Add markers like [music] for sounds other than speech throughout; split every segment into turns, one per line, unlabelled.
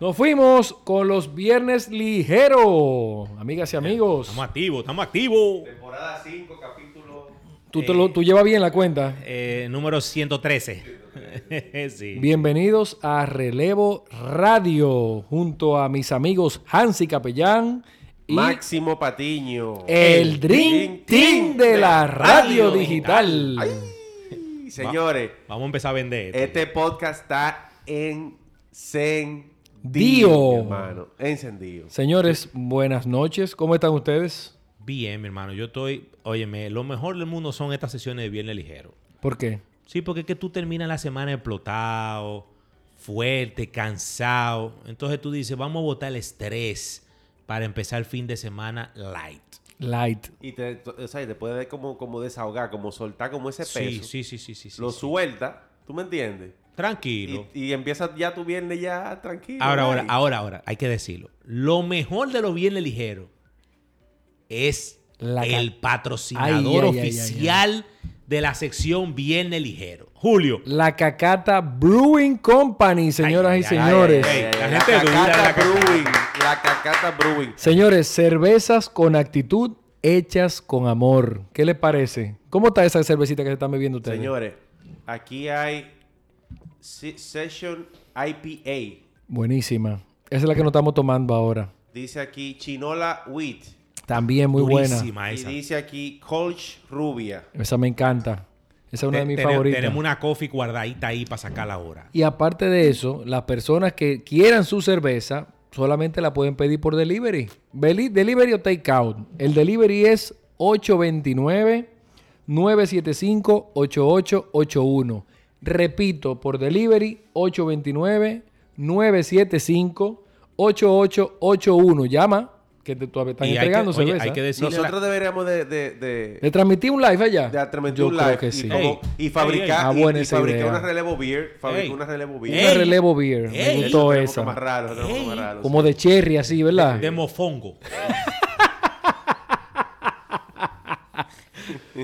Nos fuimos con los viernes ligero, amigas y amigos.
Estamos activos, estamos activos.
Temporada 5, capítulo.
Tú, te lo- tú llevas bien la cuenta.
Eh, número 113. [laughs] sí.
Bienvenidos a Relevo Radio junto a mis amigos Hansi Capellán y
Máximo Patiño.
el Dream Team de la radio digital.
Ay, señores,
Vamos a empezar a vender. esto.
este podcast está encendido.
Dio.
mi Hermano, encendido.
Señores, buenas noches. ¿Cómo están ustedes?
Bien, mi hermano, yo estoy. Óyeme, lo mejor del mundo son estas sesiones de viernes ligero.
¿Por qué?
Sí, porque es que tú terminas la semana explotado, fuerte, cansado. Entonces tú dices, vamos a botar el estrés para empezar el fin de semana light.
Light.
Y te, o sea, te puede como, como desahogar, como soltar como ese peso.
Sí, sí, sí, sí, sí. sí,
lo
sí.
suelta, ¿tú me entiendes?
Tranquilo.
Y, y empiezas ya tu viernes ya tranquilo.
Ahora, ahora,
ahí.
ahora, ahora, hay que decirlo. Lo mejor de los viernes ligeros es
La ca-
el patrocinador
Ay, ay, ay, ay, ay.
oficial de la sección Viernes Ligero. Julio.
La Cacata Brewing Company, señoras
Ay,
y
ay, ay,
señores.
ay, ay. la
la,
gente
cacata
dura de la cacata.
brewing. La cacata brewing.
Señores, cervezas con actitud hechas con amor. ¿Qué les parece? ¿Cómo está esa cervecita que se están bebiendo ustedes?
Señores, aquí hay Se- Session IPA.
Buenísima. Esa es la que nos estamos tomando ahora.
Dice aquí Chinola Wheat.
También muy buena.
durísima esa.
Y dice aquí Colch Rubia.
Esa me encanta. Esa es una de
Te-
mis
tene-
favoritas.
Tenemos una coffee guardadita ahí para sacarla ahora.
Y aparte de eso, las personas que quieran su cerveza solamente la pueden pedir por delivery. Beli- Delivery o takeout. El delivery es 829-975-8881. Repito, por delivery 829-975-8881. Llama, que te, todavía están
Y hay que,
entregando
oye,
cerveza.
hay que decirle a la-
Nosotros deberíamos de, de, de,
¿Le transmití un live allá?
de atrementar
Eh, Yo
un
creo
live
que
y,
sí.
como- y
Ah,
fabricar, y-
buena
y,
esa
fabricar
idea.
una relevo beer. Fabricar
Ey.
una relevo
Una
beer.
Ey.
relevo beer.
Ey.
Me
Eso
gustó
tenemos que
esa.
Más raro, tenemos que
Ey.
más raro,
Como
sí.
de cherry así, ¿verdad?
de mofongo.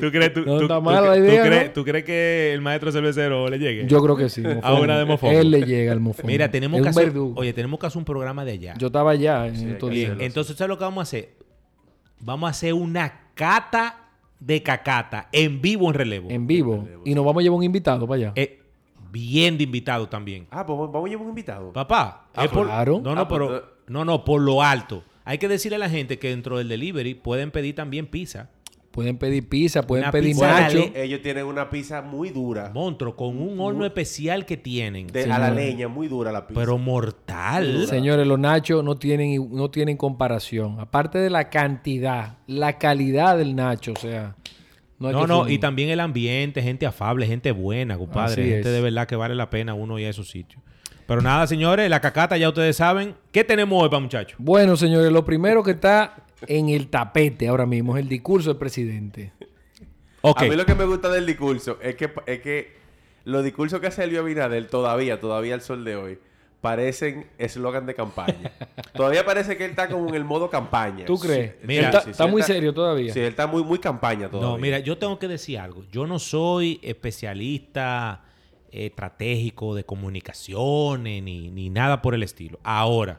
¿Tú crees, tú,
No
tú-
está
tú
mala
cre-
la
tú
idea,
crees-
¿no?
tú crees que el maestro cervecero le llegue?
Yo creo
[laughs]
que sí. mofongo.
Ahora de mofongo.
Él le llega al mofongo.
Mira, tenemos
Es
que
un
hacer,
verdugo.
oye, tenemos que hacer un programa de allá.
Yo estaba allá en
hay
estos
que
días.
hacerlo.
Entonces, ¿sabes lo que vamos a hacer? Vamos a hacer una cata de cacata en vivo en relevo.
En vivo. Y nos vamos a llevar un invitado para allá.
Eh, bien de invitado también.
Ah, pues vamos a llevar un invitado.
Papá,
Ah,
es por-
claro.
no, no,
Ah, pues,
pero, no, no, por lo alto. Hay que decirle a la gente que dentro del delivery pueden pedir también pizza.
Pueden pedir pizza, pueden
Una
pedir
pizza
nacho.
dale.
Ellos tienen una pizza muy dura.
Monstruo, con un horno especial que tienen.
de-
Sí,
a la
no.
leña, muy dura la pizza.
Pero mortal.
Señores, los nachos no tienen, no tienen comparación. Aparte de la cantidad, la calidad del nacho, o sea. hay
No,
que
no,
fundir.
y también el ambiente, gente afable, gente buena, compadre.
Así
gente
es.
de verdad que vale la pena uno ir a esos sitios. Pero nada, señores, la cacata ya ustedes saben. ¿Qué tenemos hoy para muchachos?
Bueno, señores, lo primero que está en el tapete ahora mismo es el discurso del presidente.
Ok.
A mí lo que me gusta del discurso es que, es que los discursos que hace Elio Abinader todavía, todavía al sol de hoy, parecen eslogan
[laughs]
de campaña. todavía parece que él está como en el modo campaña.
¿Tú crees?
Mira, sí,
Él está,
sí,
está
él
muy serio todavía.
Sí, él está muy, muy campaña todavía.
No, mira, yo tengo que decir algo. Yo no soy especialista eh, estratégico de comunicaciones ni, ni nada por el estilo. Ahora,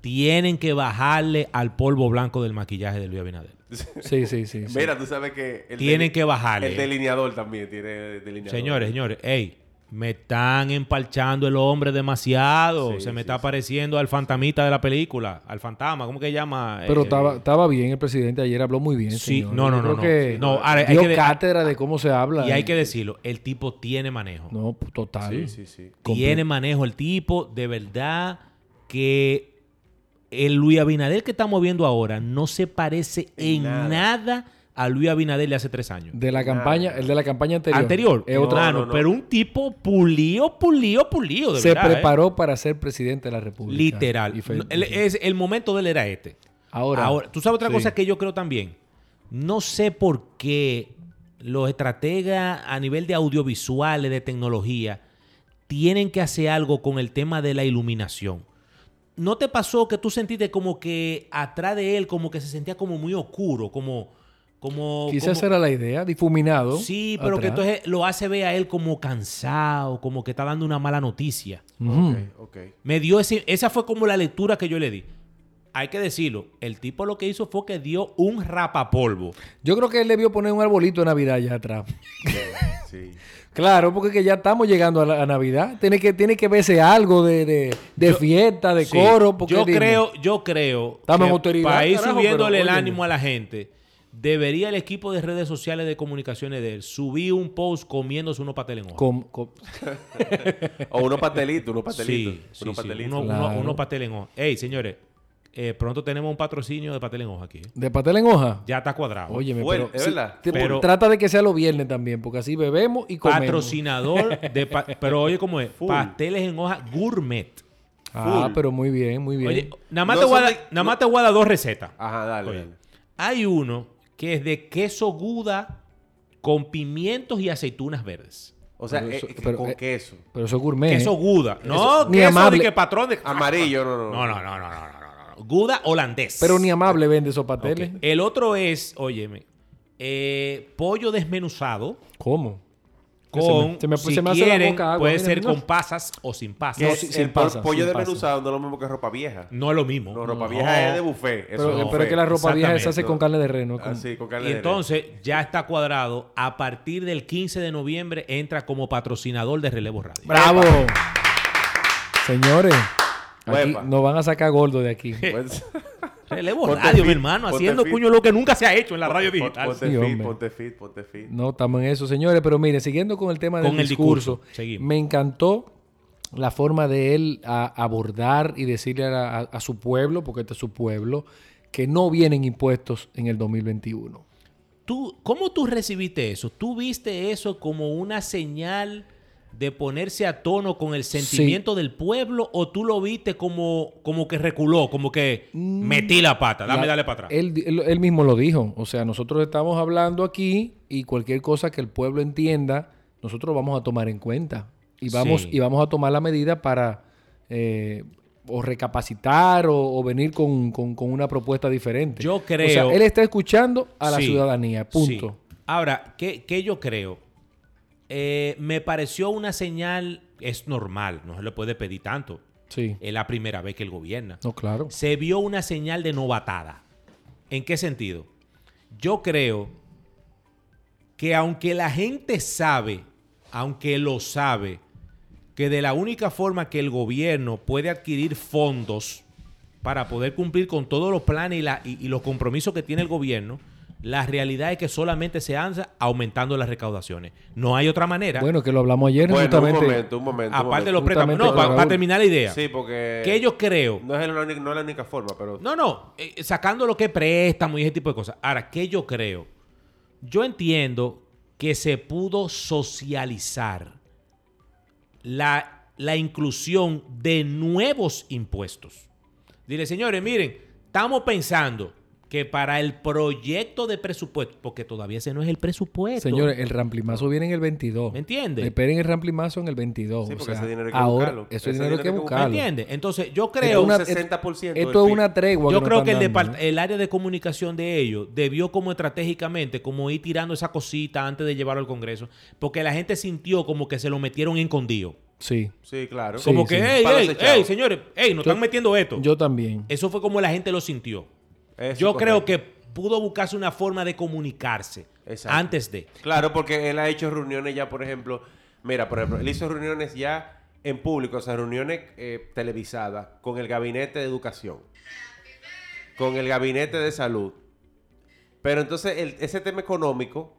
tienen que bajarle al polvo blanco del maquillaje de Luis Abinader.
Sí, sí, sí. sí.
Mira, tú sabes que... el
Tienen
deli-
que bajarle.
El delineador también tiene delineador.
Señores, señores, ey, me están empalchando el hombre demasiado.
Sí,
Se me
sí,
está
sí.
pareciendo al fantamita de la película, al fantasma, ¿cómo que llama?
Pero
Eh,
estaba, estaba bien el presidente ayer, habló muy bien.
Sí,
señor.
no, no,
Yo
no,
creo
no.
Que
No, ahora hay
dio
que de-
cátedra de cómo se habla.
Y hay que decirlo, el tipo tiene manejo.
No, p- total.
Sí, sí, sí.
Comple-
Tiene manejo el tipo, de verdad que el Luis Abinader que estamos viendo ahora no se parece en
En
nada,
nada.
a Luis Abinader de hace tres años.
De la campaña, el de la campaña anterior.
Anterior,
Es otro-
hermano,
No, no, no.
pero un tipo pulido, pulido, pulido, de
se
verdad, ¿eh?
preparó para ser presidente de la República.
Literal.
Y fue-
No, el, es, el momento de él era este.
Ahora,
Ahora, tú sabes otra
sí.
cosa que yo creo también. No sé por qué los estrategas a nivel de audiovisuales, de tecnología, tienen que hacer algo con el tema de la iluminación. ¿No te pasó que tú sentiste como que atrás de él, como que se sentía como muy oscuro, como... como
quizás
como-
era la idea, difuminado.
Sí, pero que
atrás.
entonces lo hace ver a él como cansado, como que está dando una mala noticia.
Ujú.
Ok, ok.
Me dio ese- esa fue como la lectura que yo le di. Hay que decirlo, el tipo lo que hizo fue que dio un rapapolvo.
Yo creo que él debió poner un arbolito de Navidad allá atrás.
Sí.
Claro, porque que ya estamos llegando a, la, a Navidad. Tiene que, tiene que verse algo de, de- de fiesta, de
Sí.
coro. Porque
yo
dime,
creo, yo creo
Estamos en autoridad,
para ir
carajo,
subiéndole
pero
el
óyeme.
ánimo a la gente, debería el equipo de redes sociales de comunicaciones de él subir un post comiéndose unos pasteles en hoja.
com- com-
O unos pastelitos, unos pastelitos.
Sí, sí,
unos
sí,
pastelitos.
uno- uno-
Claro.
unos pasteles en hoja. Ey, señores, eh, pronto tenemos un patrocinio de pasteles en hoja aquí. eh.
de pastel en hoja.
Ya está cuadrado.
Óyeme,
Fuerte,
pero, sí,
¿verdad?
te-
Pero-
trata de que sea los viernes también, porque así bebemos y comemos.
Patrocinador de... pa- pero oye cómo es.
Full.
Pasteles en hoja gourmet.
Ah,
full.
pero muy bien, muy bien.
Oye, nada más,
No
te, voy a,
son
dar-
de-
nada más te voy a dar dos recetas.
Ajá, dale,
Oye,
dale.
hay uno que es de queso guda con pimientos y aceitunas verdes.
O sea,
Pero
eh,
eso-
que-
pero,
con
eh,
queso.
pero eso es gourmet.
Queso
¿eh?
guda. No,
Ni
queso
amable.
de que patrón de...
Amarillo, no, no.
No, no, no, no, no, no, no, no. Guda holandés.
Pero ni amable vende esos
Ok.
pasteles.
El otro es, óyeme, eh, pollo desmenuzado
¿Cómo?
con,
Se me- se me-
si
se me hace la
quieren,
boca agua,
puede
mira,
ser
mira.
con pasas o sin pasas.
Que
No,
es
sí, sin
el pol-
pasa,
pollo
sin
de
pasa.
desmenuzado no es lo mismo que ropa vieja.
No es lo mismo.
No, ropa
No.
vieja es de buffet. Eso
Pero,
es
pero
buffet.
es que la ropa vieja se hace
exactamente.
con carne de reno.
Ah,
con-
sí, con carne
Y
de
entonces ya está cuadrado. A partir del 15 de noviembre entra como patrocinador de Relevo Radio.
¡Bravo! Señores, aquí
Uepa.
nos van a sacar gordo de aquí.
res. [laughs] Pues-
Relevo
Ponte
Radio, mi
fit,
hermano,
ponte
haciendo
fit.
cuño lo que nunca se ha hecho en la radio
Pon-
digital.
Ponte
Sí,
fit,
hombre.
ponte fit, ponte fit.
No estamos en eso, señores. Pero mire, siguiendo con el tema
Con
del
el
discurso,
discurso, seguimos.
me encantó la forma de él a- abordar y decirle a, la- a- a su pueblo, porque este es su pueblo, que no vienen impuestos en el 2021.
¿Tú, ¿Cómo tú recibiste eso? ¿Tú viste eso como una señal de ponerse a tono con el sentimiento del pueblo o tú lo viste como, como que reculó, como que metí la pata, dame,
La-
dale para atrás?
Él, él- él mismo lo dijo. O sea, nosotros estamos hablando aquí y cualquier cosa que el pueblo entienda, nosotros vamos a tomar en cuenta. Y vamos,
Sí.
y vamos a tomar la medida para eh, o recapacitar o, o venir con, con- con una propuesta diferente.
Yo
O sea,
creo-
él está escuchando a la
Sí,
ciudadanía. Punto.
sí. Ahora, ¿qué, qué yo creo? Eh, me pareció una señal, es normal, no se le puede pedir tanto.
Sí.
Es la primera vez que él gobierna.
No, claro.
se vio una señal de novatada. ¿En qué sentido? Yo creo que aunque la gente sabe, aunque lo sabe, que de la única forma que el gobierno puede adquirir fondos para poder cumplir con todos los planes y, la- y- y los compromisos que tiene el gobierno, la realidad es que solamente se alza aumentando las recaudaciones. No hay otra manera.
Bueno, que lo hablamos ayer
Bueno, un
justamente.
momento, un momento. un
aparte de los
momento.
préstamos.
justamente
No,
con
para
Raúl.
terminar la idea.
Sí, eh, porque...
que yo creo
No es, la única, no es la única forma, pero...
No, no, eh, sacando lo que es préstamo y ese tipo de cosas. Ahora, ¿qué yo creo? Yo entiendo que se pudo socializar la, la inclusión de nuevos impuestos. Dile, señores, miren, estamos pensando que para el proyecto de presupuesto, porque todavía ese no es el presupuesto.
Señores, el ramplimazo viene en el 22.
¿Me entiende?
Esperen el ramplimazo en el 22.
Sí,
o
porque
sea,
ese dinero hay que
ahora,
buscarlo.
Ese
Ese
dinero hay
dinero
que
hay que
¿Me
buscarlo.
entiende? Entonces, yo
Esto
creo...
es una-
60% del
Esto es
PIB.
una tregua.
Yo
nos
creo
están
que el,
dando,
depart-
¿eh?
el área de comunicación de ellos debió como estratégicamente, como ir tirando esa cosita antes de llevarlo al Congreso, porque la gente sintió como que se lo metieron en condío.
Sí.
Sí, claro.
Sí,
Como que, ey,
Palo
ey,
acechado.
ey, señores, ey, nos
Yo-
están metiendo esto.
Yo también.
Eh,
Eso fue como la gente lo sintió.
Eso
Yo
es
creo
correcto.
que pudo buscarse una forma de comunicarse
Exacto.
antes de.
Claro, porque él ha hecho reuniones ya, por ejemplo... Mira, por ejemplo, él hizo reuniones ya en público, o sea, reuniones eh, televisadas con el Gabinete de Educación, con el Gabinete de Salud. Pero entonces, el- ese tema económico,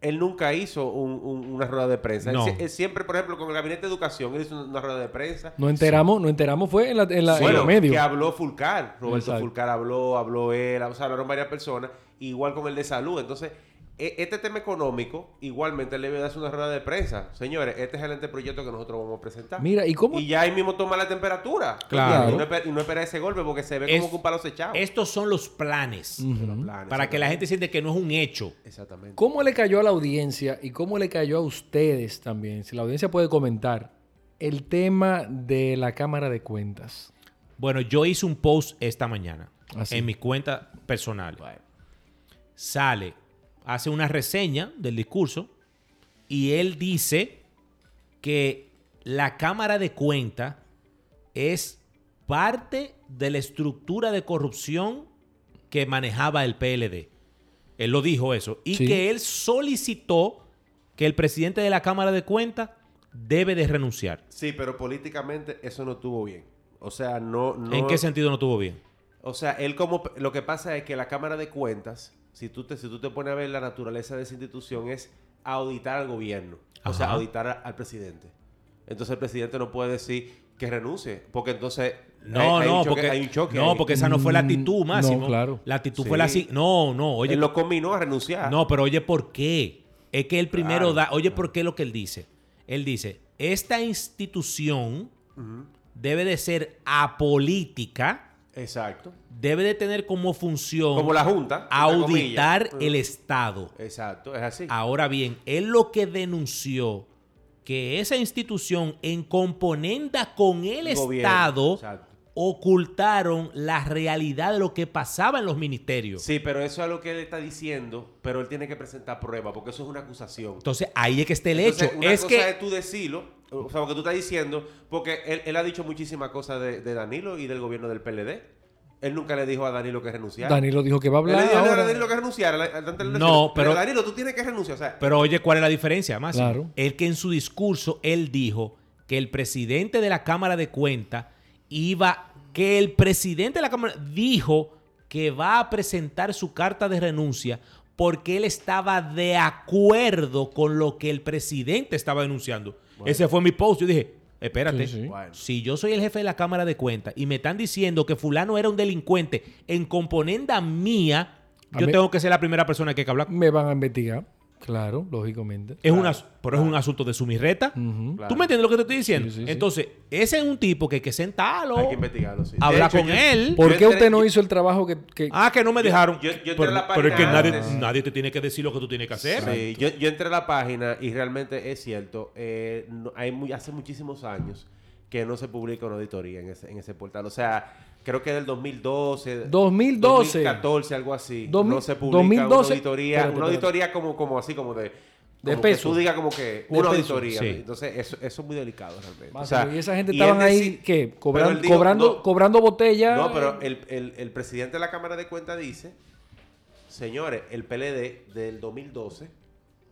él nunca hizo un- un- una rueda de prensa. Él
No.
sie- él siempre, por ejemplo, con el Gabinete de Educación, él hizo una rueda de prensa.
Nos enteramos, nos enteramos fue en, la, en, la- en
Bueno,
los medios.
que habló Fulcar. Roberto
Exacto.
Fulcar habló, habló él, o sea, hablaron varias personas. Igual con el de salud. Entonces, e- este tema económico, igualmente le voy a dar una rueda de prensa. Señores, este es el anteproyecto que nosotros vamos a presentar.
Mira, ¿y cómo?
Y ya ahí mismo toma la temperatura.
Claro.
Y no, espera, y no espera ese golpe porque se ve
Es-
como que un palo se echaba.
Estos son los planes.
Pero plan,
Para que la gente siente que no es un hecho.
Exactamente.
¿Cómo le cayó a la audiencia y cómo le cayó a ustedes también? Si la audiencia puede comentar el tema de la Cámara de Cuentas.
Bueno, yo hice un post esta mañana
Ah, sí.
en mi cuenta personal. Sale, hace una reseña del discurso y él dice que la Cámara de Cuentas es parte de la estructura de corrupción que manejaba el PLD. Él lo dijo eso. Y
Sí.
que él solicitó que el presidente de la Cámara de Cuentas debe de renunciar.
Sí, pero políticamente eso no estuvo bien. O sea, no, no.
¿En qué sentido no tuvo bien?
O sea, él como lo que pasa es que la Cámara de Cuentas, si tú te, si tú te pones a ver la naturaleza de esa institución, es auditar al gobierno. O sea,
Ajá.
auditar a- al presidente. Entonces el presidente no puede decir que renuncie, porque entonces
No,
hay- hay un
no,
choque-
porque,
hay un choque.
no
ahí.
porque esa no fue la actitud,
Mm,
Máximo.
no, claro.
La actitud
Sí.
fue la... si- No, no, oye.
él lo combinó a renunciar.
No, pero oye, ¿por qué? Es que él primero
Claro,
da... Oye, ¿por qué lo que él dice? Él dice, esta institución debe de ser apolítica,
Exacto.
debe de tener como función
Como la Junta. entre
auditar
comillas.
el Estado.
Exacto, es así.
Ahora bien, él lo que denunció que esa institución en componenda con el,
El gobierno,
Estado
exacto.
ocultaron la realidad de lo que pasaba en los ministerios.
Sí, pero eso es lo que él está diciendo, pero él tiene que presentar pruebas, porque eso es una acusación.
Entonces, ahí es que está el
Entonces,
hecho.
una
Es
cosa
que
es tú decirlo, o sea, lo que tú estás diciendo, porque él, él ha dicho muchísimas cosas de, de Danilo y del gobierno del PLD. Él nunca le dijo a Danilo que renunciara.
Danilo dijo que va a
Él le
hablar.
dijo a
ahora.
Danilo que renunciara. la- antes de la
No,
elección.
pero-
Danilo, tú tienes que renunciar. O sea,
Pero oye, ¿cuál es la diferencia, más
Claro.
El que en su discurso él dijo que el presidente de la Cámara de Cuentas iba, que el presidente de la Cámara dijo que va a presentar su carta de renuncia porque él estaba de acuerdo con lo que el presidente estaba denunciando. Ese fue mi post. Yo dije, espérate,
Sí, sí.
Bueno.
si yo soy el jefe de la Cámara de Cuentas y me están diciendo que fulano era un delincuente en componenda mía,
A
yo
mí-
tengo que ser la primera persona que hay que hablar.
Me van a investigar. Claro, lógicamente.
Es un as- pero es un asunto de su mirreta.
Ujú.
Claro.
¿Tú me entiendes lo que te estoy diciendo?
Sí, sí, sí.
Entonces, ese es un tipo que hay que sentarlo,
hay que investigarlo. sí.
hablar
De hecho,
con
yo-
él.
¿Por
Yo
qué
entré-
usted no
yo-
hizo el trabajo que... que-
Ah, que no me dejaron.
yo- yo entré
pero,
a la
pero es que
página
nadie,
antes.
nadie te tiene que decir lo que tú tienes que hacer.
Sí, yo, yo entré a la página y realmente es cierto. eh, no- hay muy, hace muchísimos años que no se publica una auditoría en ese, en ese portal. O sea, creo que del 2012.
2012.
2014, algo así.
Dos mil-
no se publica
2012.
una auditoría.
Espérate,
una
espérate.
auditoría como, como así, como de. como que
peso.
tú digas como que una
peso,
auditoría.
sí.
Entonces, eso, eso es muy delicado realmente.
Más
O sea,
o menos, y esa gente
y
estaban
él
ahí,
deci-
¿qué?
pero
Cobran-
él dijo,
cobrando,
no.
cobrando eh, botellas.
No, pero el, el- el presidente de la Cámara de Cuentas dice, señores, el PLD del 2012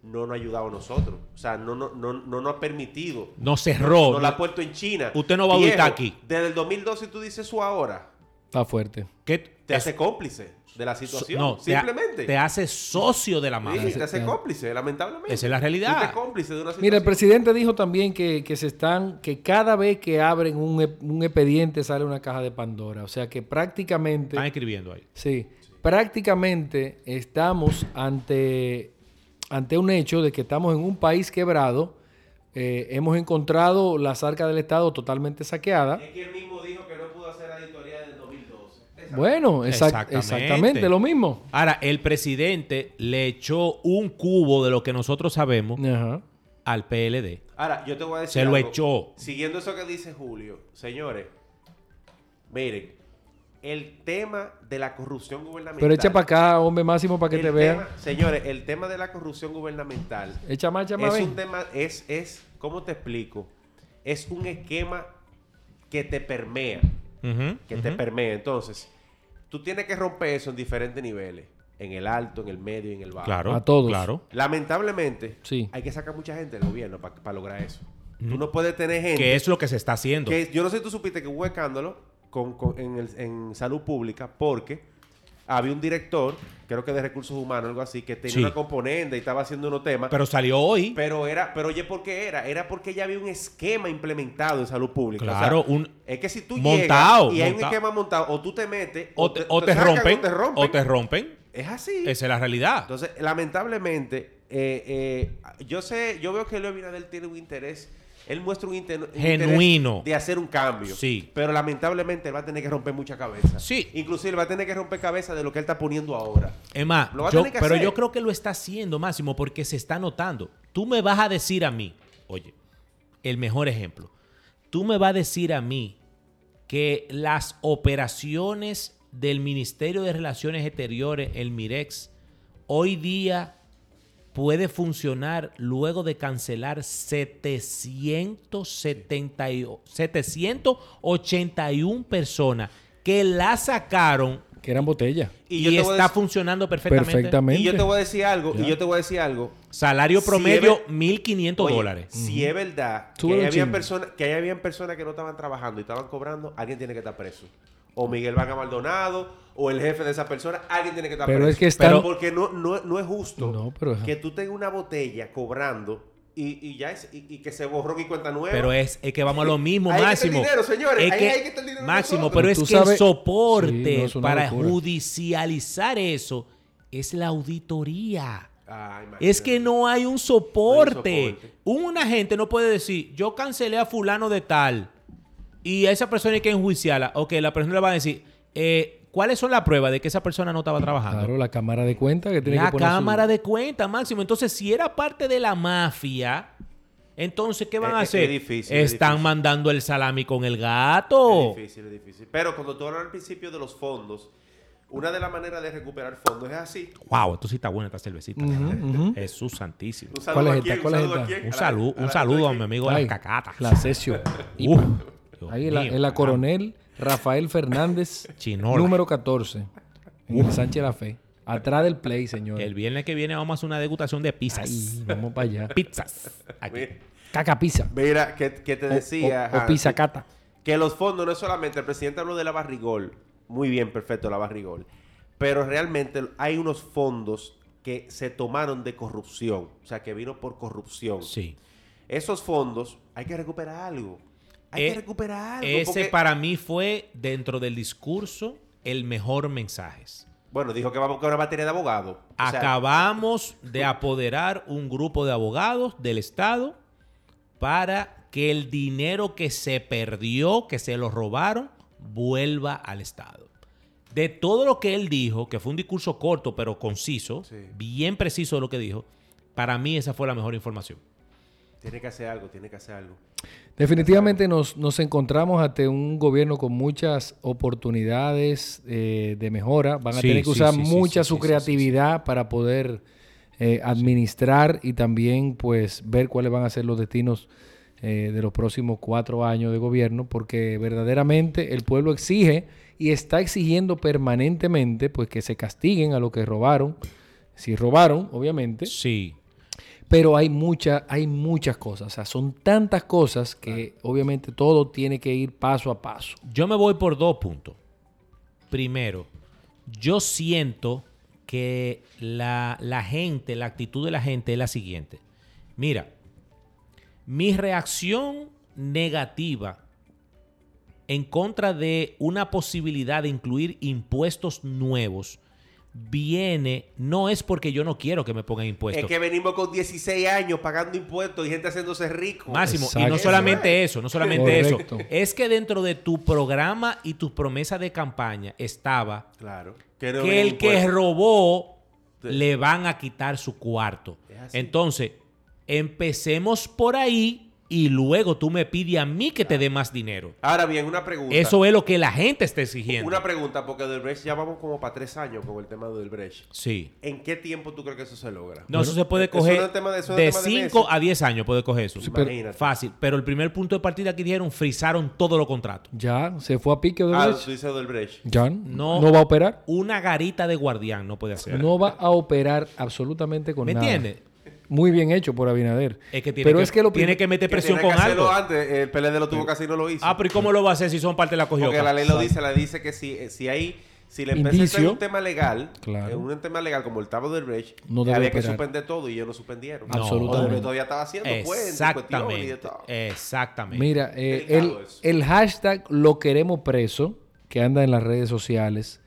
no nos ha ayudado a nosotros. O sea, no, no, no, no nos ha permitido.
No cerró.
Nos la ha puesto en China.
Usted no va a
Viejo,
auditar aquí.
Desde el 2012 tú dices eso ahora.
Está fuerte.
¿Qué?
Te
Es-
hace cómplice de la situación.
no, te ha-
simplemente.
Te, hace socio de la
Sí,
madre.
te hace cómplice, lamentablemente.
Esa es la realidad.
Tú te cómplice de una situación.
Mira, el presidente dijo también que, que se están, que cada vez que abren un, e- un expediente sale una caja de Pandora. O sea que prácticamente,
Están escribiendo ahí.
sí, prácticamente estamos ante, ante un hecho de que estamos en un país quebrado. Eh, hemos encontrado la arcas del Estado totalmente saqueada.
Es que él mismo dijo que no pudo hacer auditoría del 2012.
Bueno, exac-
Exactamente.
exactamente. lo mismo.
Ahora, el presidente le echó un cubo de lo que nosotros sabemos
Ajá.
al PLD.
Ahora, yo te voy a decir.
Se lo
algo.
echó.
Siguiendo eso que dice Julio, señores, miren, el tema de la corrupción gubernamental.
Pero echa para acá, hombre máximo, para que
el
te
tema-
vean.
Señores, el tema de la corrupción gubernamental
Echa más, echa más.
es
ven.
un tema, es, es, ¿cómo te explico? Es un esquema que te permea.
Ujú,
que te
ujú.
permea. Entonces, tú tienes que romper eso en diferentes niveles. En el alto, en el medio y en el bajo.
Claro.
A todos.
Claro.
Lamentablemente,
Sí.
hay que sacar mucha gente del gobierno para lograr eso. Tú no puedes tener gente
Que es lo que se está haciendo.
que yo no sé si tú supiste que hubo escándalo con, con- en, el- en salud pública porque había un director, creo que de recursos humanos, algo así, que tenía
Sí.
una componente y estaba haciendo unos temas. Pero,
Pero salió hoy.
era, pero oye, ¿por qué era? Era porque ya había un esquema implementado en salud pública. O sea,
Claro, un-
es que si tú
Montado,
llegas y hay un
montado.
esquema montado, o tú te metes,
o te, o te
sacan,
rompen,
o te rompen.
o te rompen.
Es así.
Esa es la realidad.
Entonces, lamentablemente, eh, eh, yo sé, yo veo que Luis Abinader tiene un interés. Él muestra un, inter- un
Genuino.
interés de hacer un cambio.
Sí.
Pero lamentablemente él va a tener que romper mucha cabeza.
Sí.
Inclusive él va a tener que romper cabeza de lo que él está poniendo ahora.
Es más,
Lo va a
yo-
tener que
pero
hacer.
yo creo que lo está haciendo, Máximo, porque se está notando. Tú me vas a decir a mí, oye, el mejor ejemplo. Tú me vas a decir a mí que las operaciones del Ministerio de Relaciones Exteriores, el MIREX, hoy día puede funcionar luego de cancelar 770 y- 781 personas que la sacaron
Que eran botellas.
Y
y,
yo te voy a
está
dec-
funcionando perfectamente.
Perfectamente.
Y yo te voy a decir algo, y yo te voy a decir algo.
Salario
Si
promedio,
eres-
1.500
Oye,
dólares.
Si es verdad que
Súbele
ahí
un
habían
chin.
personas que ahí habían personas que no estaban trabajando y estaban cobrando, alguien tiene que estar preso. O Miguel Vaga Maldonado, o el jefe de esa persona, alguien tiene que estar
Pero
preso.
es que están-
Pero porque no, no, no es justo
No, pero-
que tú tengas una botella cobrando y, y ya es- y, y que se borró y cuenta nueva.
Pero es, es que vamos a lo mismo,
Ahí que está el
máximo.
dinero, señores.
Es
Ahí-
que-
ahí que está el dinero de
máximo,
nosotros.
pero es
Tú
que el
sabes- Sí, no,
soporte
es una
para
locura.
judicializar eso es la auditoría.
Ay, Ah, imagínate.
Es que no hay un soporte.
soporte.
Una gente no puede decir, yo cancelé a fulano de tal y a esa persona hay que enjuiciarla. Ok, la persona le va a decir, eh, ¿cuáles son las pruebas de que esa persona Ah, no estaba trabajando?
Claro, la cámara de cuenta que tiene
La
que poner su-
cámara de cuenta, Máximo. Entonces, si era parte de la mafia, entonces, ¿qué van
Es-
a
es-
hacer?
Eh, es difícil, es
Están
difícil.
mandando el salami con el gato.
Es difícil, es difícil. Pero cuando tú hablas al principio de los fondos, una de las maneras de recuperar fondos es así.
Wow, esto sí está buena esta cervecita. Este,
Ujú, ujú.
Jesús santísimo.
Un
¿Cuál es
saludo a
esta?
quién, un
¿Cuál es
saludo a
esta?
quién.
Un
A la-
saludo,
a la-
un saludo a mi
quién.
amigo de
Ay,
las cacatas. [laughs]
La sesión.
Uf, Dios
Ahí en la,
mío,
en la
caramba.
coronel Rafael Fernández,
[laughs] Chinola.
número 14, en el Sánchez La Fe. Atrás del play, señor.
El viernes que viene vamos a hacer una degustación de pizzas.
Ahí, vamos para allá.
Pizzas. Aquí.
Mira,
Caca pizza.
Mira, que, que te
O-
decía.
O, o
ajá,
pizza
que-
cata.
Que los fondos no es solamente. El presidente habló de la barrigol. Muy bien, perfecto, la barrigol. Pero realmente hay unos fondos que se tomaron de corrupción. O sea, que vino por corrupción.
Sí.
Esos fondos hay que recuperar algo. Hay
Eh,
que recuperar algo.
Ese
porque-
para mí fue, dentro del discurso, el mejor mensaje.
Bueno, dijo que va a buscar una batería de abogados. O sea,
Acabamos de apoderar un grupo de abogados del Estado para que el dinero que se perdió, que se lo robaron, vuelva al Estado. De todo lo que él dijo, que fue un discurso corto pero conciso,
Sí.
bien preciso de lo que dijo, para mí esa fue la mejor información.
tiene que hacer algo, tiene que hacer algo.
Definitivamente nos, nos encontramos ante un gobierno con muchas oportunidades eh, de mejora. Van a
Sí,
tener que
sí,
usar
sí, sí,
mucha
sí,
su
sí, sí,
creatividad para poder eh, administrar y también pues ver cuáles van a ser los destinos eh, de los próximos cuatro años de gobierno, porque verdaderamente el pueblo exige y está exigiendo permanentemente pues que se castiguen a los que robaron, si robaron, obviamente.
Sí.
Pero hay, mucha, hay muchas cosas. O sea, son tantas cosas que obviamente todo tiene que ir paso a paso.
Yo me voy por dos puntos. Primero, yo siento que la, la gente, la actitud de la gente es la siguiente. Mira, mi reacción negativa en contra de una posibilidad de incluir impuestos nuevos viene, no es porque yo no quiero que me pongan impuestos.
Es que venimos con 16 años pagando impuestos y gente haciéndose rico.
Máximo, y
Exacto.
no solamente eso, no solamente
Correcto.
eso. Es que dentro de tu programa y tu promesa de campaña estaba
Claro. Que, no
que
ven
el que
impuestos.
robó
Sí.
le van a quitar su cuarto.
Es así.
Entonces, empecemos por ahí y luego tú me pides a mí
Ah.
que te dé más dinero.
Ahora bien, una pregunta.
Eso es lo que la gente está exigiendo.
Una pregunta, porque del Brecht ya vamos como para tres años con el tema del Brecht.
Sí.
¿En qué tiempo tú crees que eso se logra? Ah,
No, eso se puede
eso no
coger
es tema de- eso no
de
es tema de
5
meses.
a 10 años, puede coger eso.
pero-
Imagínate.
Fácil. Pero el primer punto de partida que dijeron, frizaron todos los contratos.
Ya, se fue a pique de
Ah,
Brecht.
tú dices del Brecht.
Ya,
No.
no, va a operar.
una garita de guardián no puede hacer.
No va a operar absolutamente con
¿Me
nada.
entiendes?
Muy bien hecho por Abinader.
Es que tiene,
pero
que,
es que lo
tiene
prim-
que meter
Que
presión
tenía
con
que hacerlo
algo.
antes, el PLD lo tuvo casi y no lo hizo.
Ah, pero ¿y cómo lo va a hacer si son parte de la cogió?
Porque la ley lo dice, la dice que si, eh, si hay, si la empresa está en
Indicio.
un tema legal,
Claro.
en un tema legal como el tabo del Brecht,
No debe
había que
operar.
suspender todo y ellos lo suspendieron.
No. Absolutamente.
O del Brecht todavía estaba haciendo cuentas, cuestiones y de
Exactamente.
todo.
Exactamente.
Mira, eh,
Delicado
el,
eso.
el hashtag lo queremos preso, que anda en las redes sociales,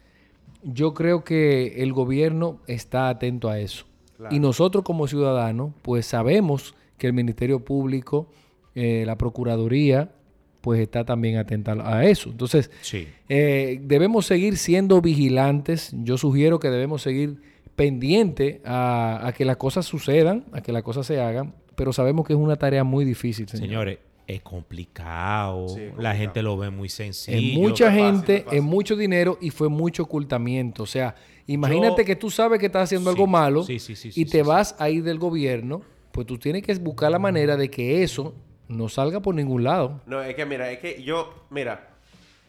Yo creo que el gobierno está atento a eso.
Claro.
Y nosotros como ciudadanos, pues sabemos que el Ministerio Público, eh, la Procuraduría, pues está también atenta a eso. Entonces,
Sí.
eh, debemos seguir siendo vigilantes. Yo sugiero que debemos seguir pendiente a, a que las cosas sucedan, a que las cosas se hagan, pero sabemos que es una tarea muy difícil, señor.
Señores, es complicado.
Sí, es
La
complicado.
gente lo ve muy sencillo.
en mucha
fácil,
gente,
fácil.
en mucho dinero y fue mucho ocultamiento. O sea, imagínate
Yo-
que tú sabes que estás haciendo
Sí,
algo malo
sí, sí, sí,
y
sí,
te
sí,
vas a ir del gobierno, pues tú tienes que buscar la manera de que eso no salga por ningún lado.
No, es que mira, es que yo, mira,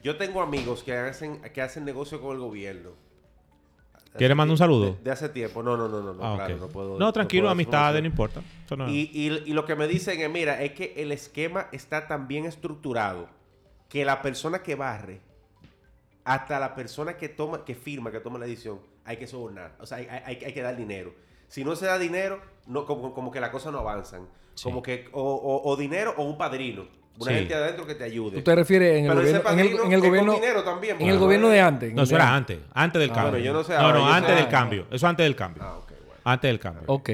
yo tengo amigos que hacen, que hacen negocio con el gobierno.
¿Quieres mandar un saludo?
De, de hace tiempo. No, no, no, no, no,
Ah,
claro,
ok.
no puedo.
No, tranquilo,
puedo hacer
amistades, no
promoción.
importa. Eso
Ah.
no-
Y, y- y lo que me dicen es, mira, es que el esquema está tan bien estructurado que la persona que barre, hasta la persona que toma, que firma, que toma la decisión, hay que sobornar. O sea, hay, hay- hay que dar dinero. Si no se da dinero, no, como, como que las cosas no avanzan.
Sí.
Como que, o, o- o dinero o un padrino. Una
Sí.
gente adentro que te ayude.
¿Tú te refieres en el
Pero ese
gobierno, en el,
padrino
en el
es con
gobierno,
dinero también, pues.
en
porque
el
no
gobierno
es-
de antes? en
no,
el
eso
de
era antes. Antes del
Ah,
cambio.
bueno, yo no sé
No,
ahora,
no,
yo
antes
sé-
del cambio. Eso antes del cambio.
Ah, ok, bueno.
Antes del cambio.
Ok.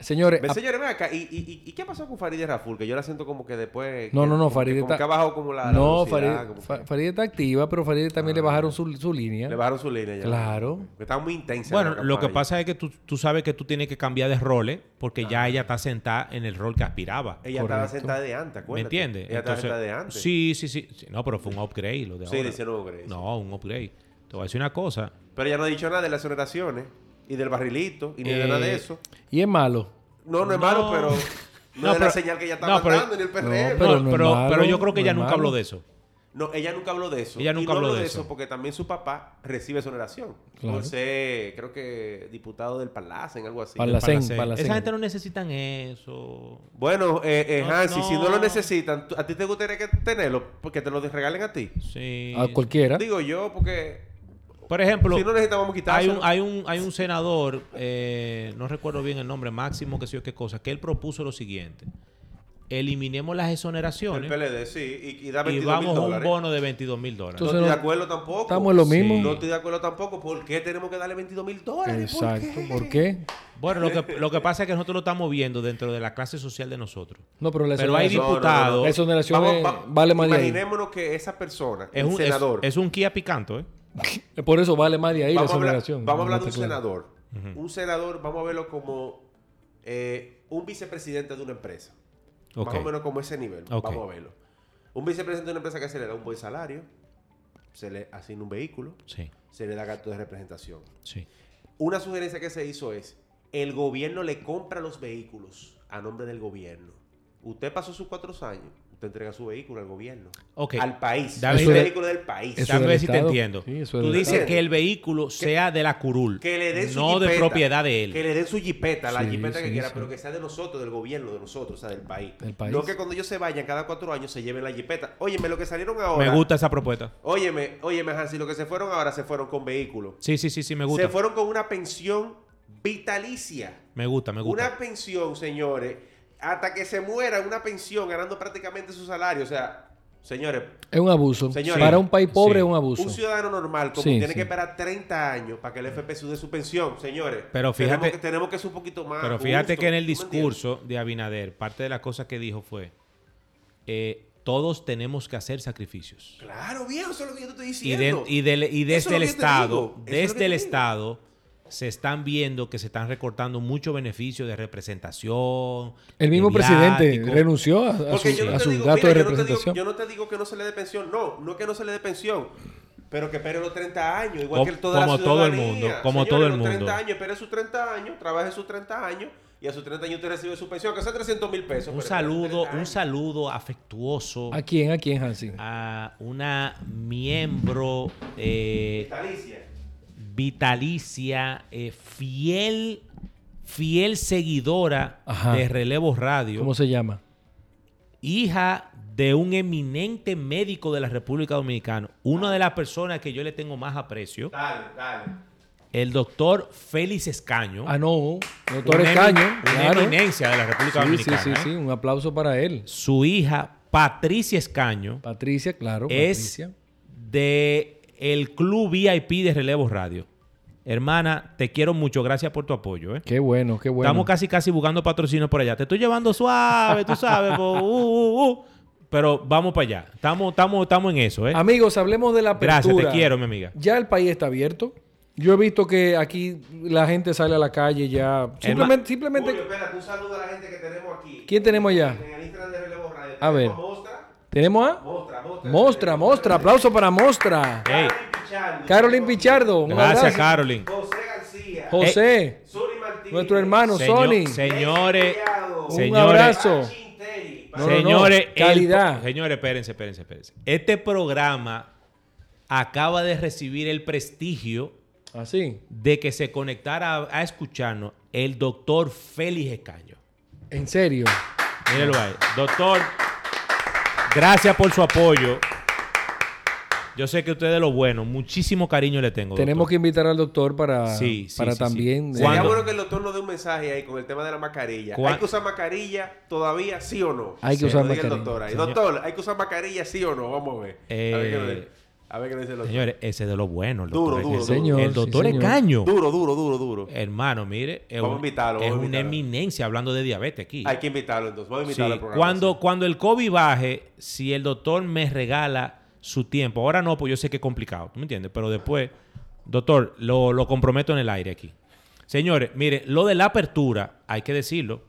Señores, ah,
Ve,
Eh, a-
Señores, ven acá. ¿Y, y, y qué pasó con Farideh Raful? Que yo la siento como que después.
no,
que-
no, no,
como que-
Farideh
como
está...
que ha bajado como la. la
no,
velocidad,
Farideh-
como que- Ah,
Fa- Farideh está activa, pero Farideh también le bajaron su, su línea.
Le bajaron su línea ya.
Claro.
Porque Estaba muy intensa. la
Bueno, lo que
campaña.
pasa es que tú, tú sabes que tú tienes que cambiar de roles porque ya ella está sentada en el rol que aspiraba.
Ella estaba
Correcto.
sentada de antes, acuérdate.
¿Me entiendes?
Ella estaba
Entonces,
sentada de antes.
Sí, sí, sí, sí. No, pero fue un upgrade lo de
Sí,
ahora.
le hicieron upgrade, sí.
No, un upgrade. Te voy a decir una cosa.
Pero ella no ha dicho nada de las exoneraciones y del barrilito y ni de nada de
Eh,
eso.
Y es malo.
No, no es
no.
malo, pero. No,
No,
es la
pero-
señal que ella está
no, pero-
mandando ni el PRM.
No,
No,
pero
No,
es
pero,
malo,
pero yo creo
no
que
es
ella nunca
malo.
habló de eso.
ella nunca habló de eso.
Ella
Y
nunca
no
habló de
de
eso.
porque también su papá recibe exoneración.
Claro.
Por ser, creo que diputado del Palacen, algo así.
Palacen. Palacén,
Para hacer-
palacén.
Esa gente no necesitan eso.
Bueno, eh, eh,
No,
Hansi, si no lo
no.
necesitan, ¿tú- ¿a ti te gustaría que tenerlo? Porque te lo regalen a ti.
Sí.
A cualquiera.
Digo yo, porque
Por ejemplo,
si no necesitamos quitar
hay un, hay un, hay un senador, eh, no recuerdo bien el nombre, Máximo, que sé yo qué cosa, que él propuso lo siguiente. Eliminemos las
el
exoneraciones
PLD, sí, y, y da
y
22 mil
vamos a un
dólares.
bono de 22 mil dólares.
no
Entonces,
estoy de
no-
acuerdo tampoco.
Estamos en lo
Sí.
mismo.
No estoy de acuerdo tampoco. ¿Por qué tenemos que darle 22 mil dólares? ¿Por
Exacto.
qué?
¿Por qué?
Bueno, lo que, lo que pasa es que nosotros lo estamos viendo dentro de la clase social de nosotros.
No, pero la
Pero hay
exoneración-
diputados.
La exoneración es- vale más de ahí.
Imaginémonos que esa persona,
Es
un,
un, es-
senador,
Es, un Kia picanto, ¿eh?
Eh, Por eso vale más de ahí
vamos,
la
a hablar,
exoneración.
vamos a hablar
No
de un
está claro.
senador. Un senador, vamos a verlo como eh, un vicepresidente de una empresa.
Ok.
Más o menos como ese nivel.
Ok.
Vamos a verlo. Un vicepresidente de una empresa que se le da un buen salario, se le asigna un vehículo,
Sí,
se le da gasto de representación.
sí.
Una sugerencia que se hizo es, el gobierno le compra los vehículos a nombre del gobierno. Usted pasó sus cuatro años, usted entrega su vehículo al gobierno.
Ok.
Al país.
Dame-
el
Eso era-
vehículo del país.
Eso
Dame
del
a ver si te
Estado.
entiendo.
Sí, eso
Tú
del
dices
Estado.
que el vehículo sea de la curul,
Que le den su
no de
jipeta,
propiedad de él.
Que le den su jipeta, la
Sí,
jipeta que
sí,
quiera,
sí.
pero que sea de nosotros, del gobierno, de nosotros, o sea, del país.
Del país.
No que cuando ellos se vayan cada cuatro años se lleven la jipeta. Óyeme, lo que salieron ahora.
Me gusta esa propuesta.
Óyeme, óyeme, Hansi, lo que se fueron ahora se fueron con vehículo.
Sí, sí, sí, sí, me gusta.
Se fueron con una pensión vitalicia.
Me gusta, me gusta.
Una pensión, señores, hasta que se muera una pensión ganando prácticamente su salario. O sea, señores,
Es un abuso.
Señores,
Para un país pobre
sí.
es un abuso.
un ciudadano normal como
Sí,
tiene
sí.
que esperar 30 años para que el FPSU dé su pensión, señores.
Pero fíjate-
tenemos que, tenemos que ser un poquito más.
Pero fíjate
justos,
que en el
¿tú me entiendes?
discurso de Abinader, parte de las cosas que dijo fue, eh, todos tenemos que hacer sacrificios.
Claro, viejo, eso es lo que yo te estoy
Y,
diciendo.
de- y del- y
Eso
desde
es
el
lo que te digo.
Estado,
Eso es lo que
desde
te
el
digo.
Estado, se están viendo que se están recortando muchos beneficios de representación.
El mismo
de
presidente
viático.
renunció a, a
Porque
su-
yo no
a
te
su
digo,
gasto de
mira, yo no te digo-
representación.
yo no te digo que no se le dé pensión, no, no que no se le dé pensión, pero que espere los 30 años, igual
Com-
que el- toda la
como todo el
ciudadanía.
mundo, como
Señores,
todo el
los 30
mundo.
años, espere sus 30 años, trabaje sus 30 años y a sus 30 años usted recibe su pensión, que sea 300 mil pesos. pero
Un
espere
saludo,
30
un
años.
saludo afectuoso
¿A quién? ¿A quién, Hansi?
Ah,
a una miembro eh,
Vitalicia.
vitalicia, eh, fiel, fiel seguidora
Ajá.
de Relevos Radio,
¿Cómo se llama?
hija de un eminente médico de la República Dominicana, una de las personas que yo le tengo más aprecio,
Dale, dale.
el doctor Félix Escaño.
Ah, no. Doctor
una emi-
Escaño.
una
claro.
eminencia de la República
Sí, sí,
Dominicana.
sí,
¿eh?
sí. Un aplauso para él.
Su hija, Patricia Escaño,
Patricia, claro.
es
Patricia.
de el Club VIP de Relevos Radio. Hermana, te quiero mucho. Gracias por tu apoyo. ¿eh?
Qué bueno, qué bueno.
Estamos casi, casi buscando patrocinio por allá. Te estoy llevando suave, tú sabes. po, uh, uh, uh, Pero vamos para allá. Estamos, estamos, estamos en eso. ¿eh?
Amigos, hablemos de la apertura.
Gracias, te quiero, mi amiga.
Ya el país está abierto. Yo he visto que aquí la gente sale a la calle ya. Simplemente, simplemente
Julio, espérate, un saludo a la gente que tenemos aquí.
¿quién tenemos allá?
En el Instagram de Relevo Radio.
A ver.
tenemos Mostra,
¿Tenemos a?
Mostra, Mostra.
Mostra, Mostra. Aplauso para Mostra.
Ey,
Pichardo,
Carolyn Pichardo. un
gracias,
abrazo.
Carolyn.
José García.
José,
Suri Martínez.
nuestro hermano
Señor-
Sony.
señores,
Collado,
Un
señores,
abrazo.
Pachin Terry,
No, no, no.
señores, el-
Calidad.
señores, espérense, espérense, espérense. Este programa acaba de recibir el prestigio
Así.
de que se conectara a, a escucharnos el doctor Félix Escaño.
En serio.
Míralo ahí. Doctor, gracias por su apoyo. Yo sé que usted es de lo bueno. Muchísimo cariño le tengo.
Tenemos que
doctor.
invitar al doctor para,
Sí, sí,
para
sí, sí.
también.
Sí,
eh,
Sería
¿Cuándo?
bueno que el doctor nos dé un mensaje ahí con el tema de la mascarilla.
¿Cuá-
¿Hay que usar mascarilla todavía, sí o no?
Hay que
Sí,
usar
lo diga el
mascarilla.
doctor, ahí.
Señor- Eh,
Doctor, ¿hay que usar mascarilla, sí o no? Vamos a ver. A, ver qué nos dice. A ver qué nos dice el doctor.
Señores, ese es de lo bueno. El
Duro,
doctor,
duro,
el,
duro.
Señor,
el
sí,
doctor
señor.
Escaño.
Duro, duro, duro, duro.
Eh, Hermano, mire, es,
Vamos
un-
a invitarlo,
es
vamos a
una
invitarlo.
eminencia hablando de diabetes aquí.
Hay que invitarlo entonces. Vamos a invitarlo
Sí,
al programa.
cuando,
sí.
cuando el COVID baje, si el doctor me regala su tiempo, ahora no, pues yo sé que es complicado, ¿tú me entiendes? Pero después, doctor, lo, lo comprometo en el aire aquí. Señores, mire, lo de la apertura, hay que decirlo.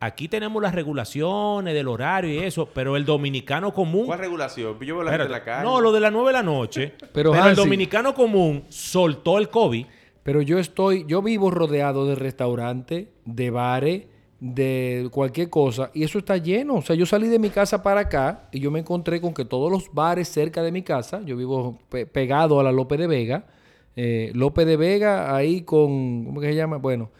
Aquí tenemos las regulaciones del horario y eso, pero el dominicano común.
¿Cuál regulación? Yo veo la gente en la
Espérate,
calle.
no, lo de las 9 de la noche.
Pero,
pero el
Hansi-
dominicano común soltó el COVID.
Pero yo estoy, yo vivo rodeado de restaurantes, de bares, de cualquier cosa, y eso está lleno. O sea, yo salí de mi casa para acá y yo me encontré con que todos los bares cerca de mi casa, yo vivo pe- pegado a la López de Vega, eh, López de Vega ahí con, ¿cómo que se llama? Bueno,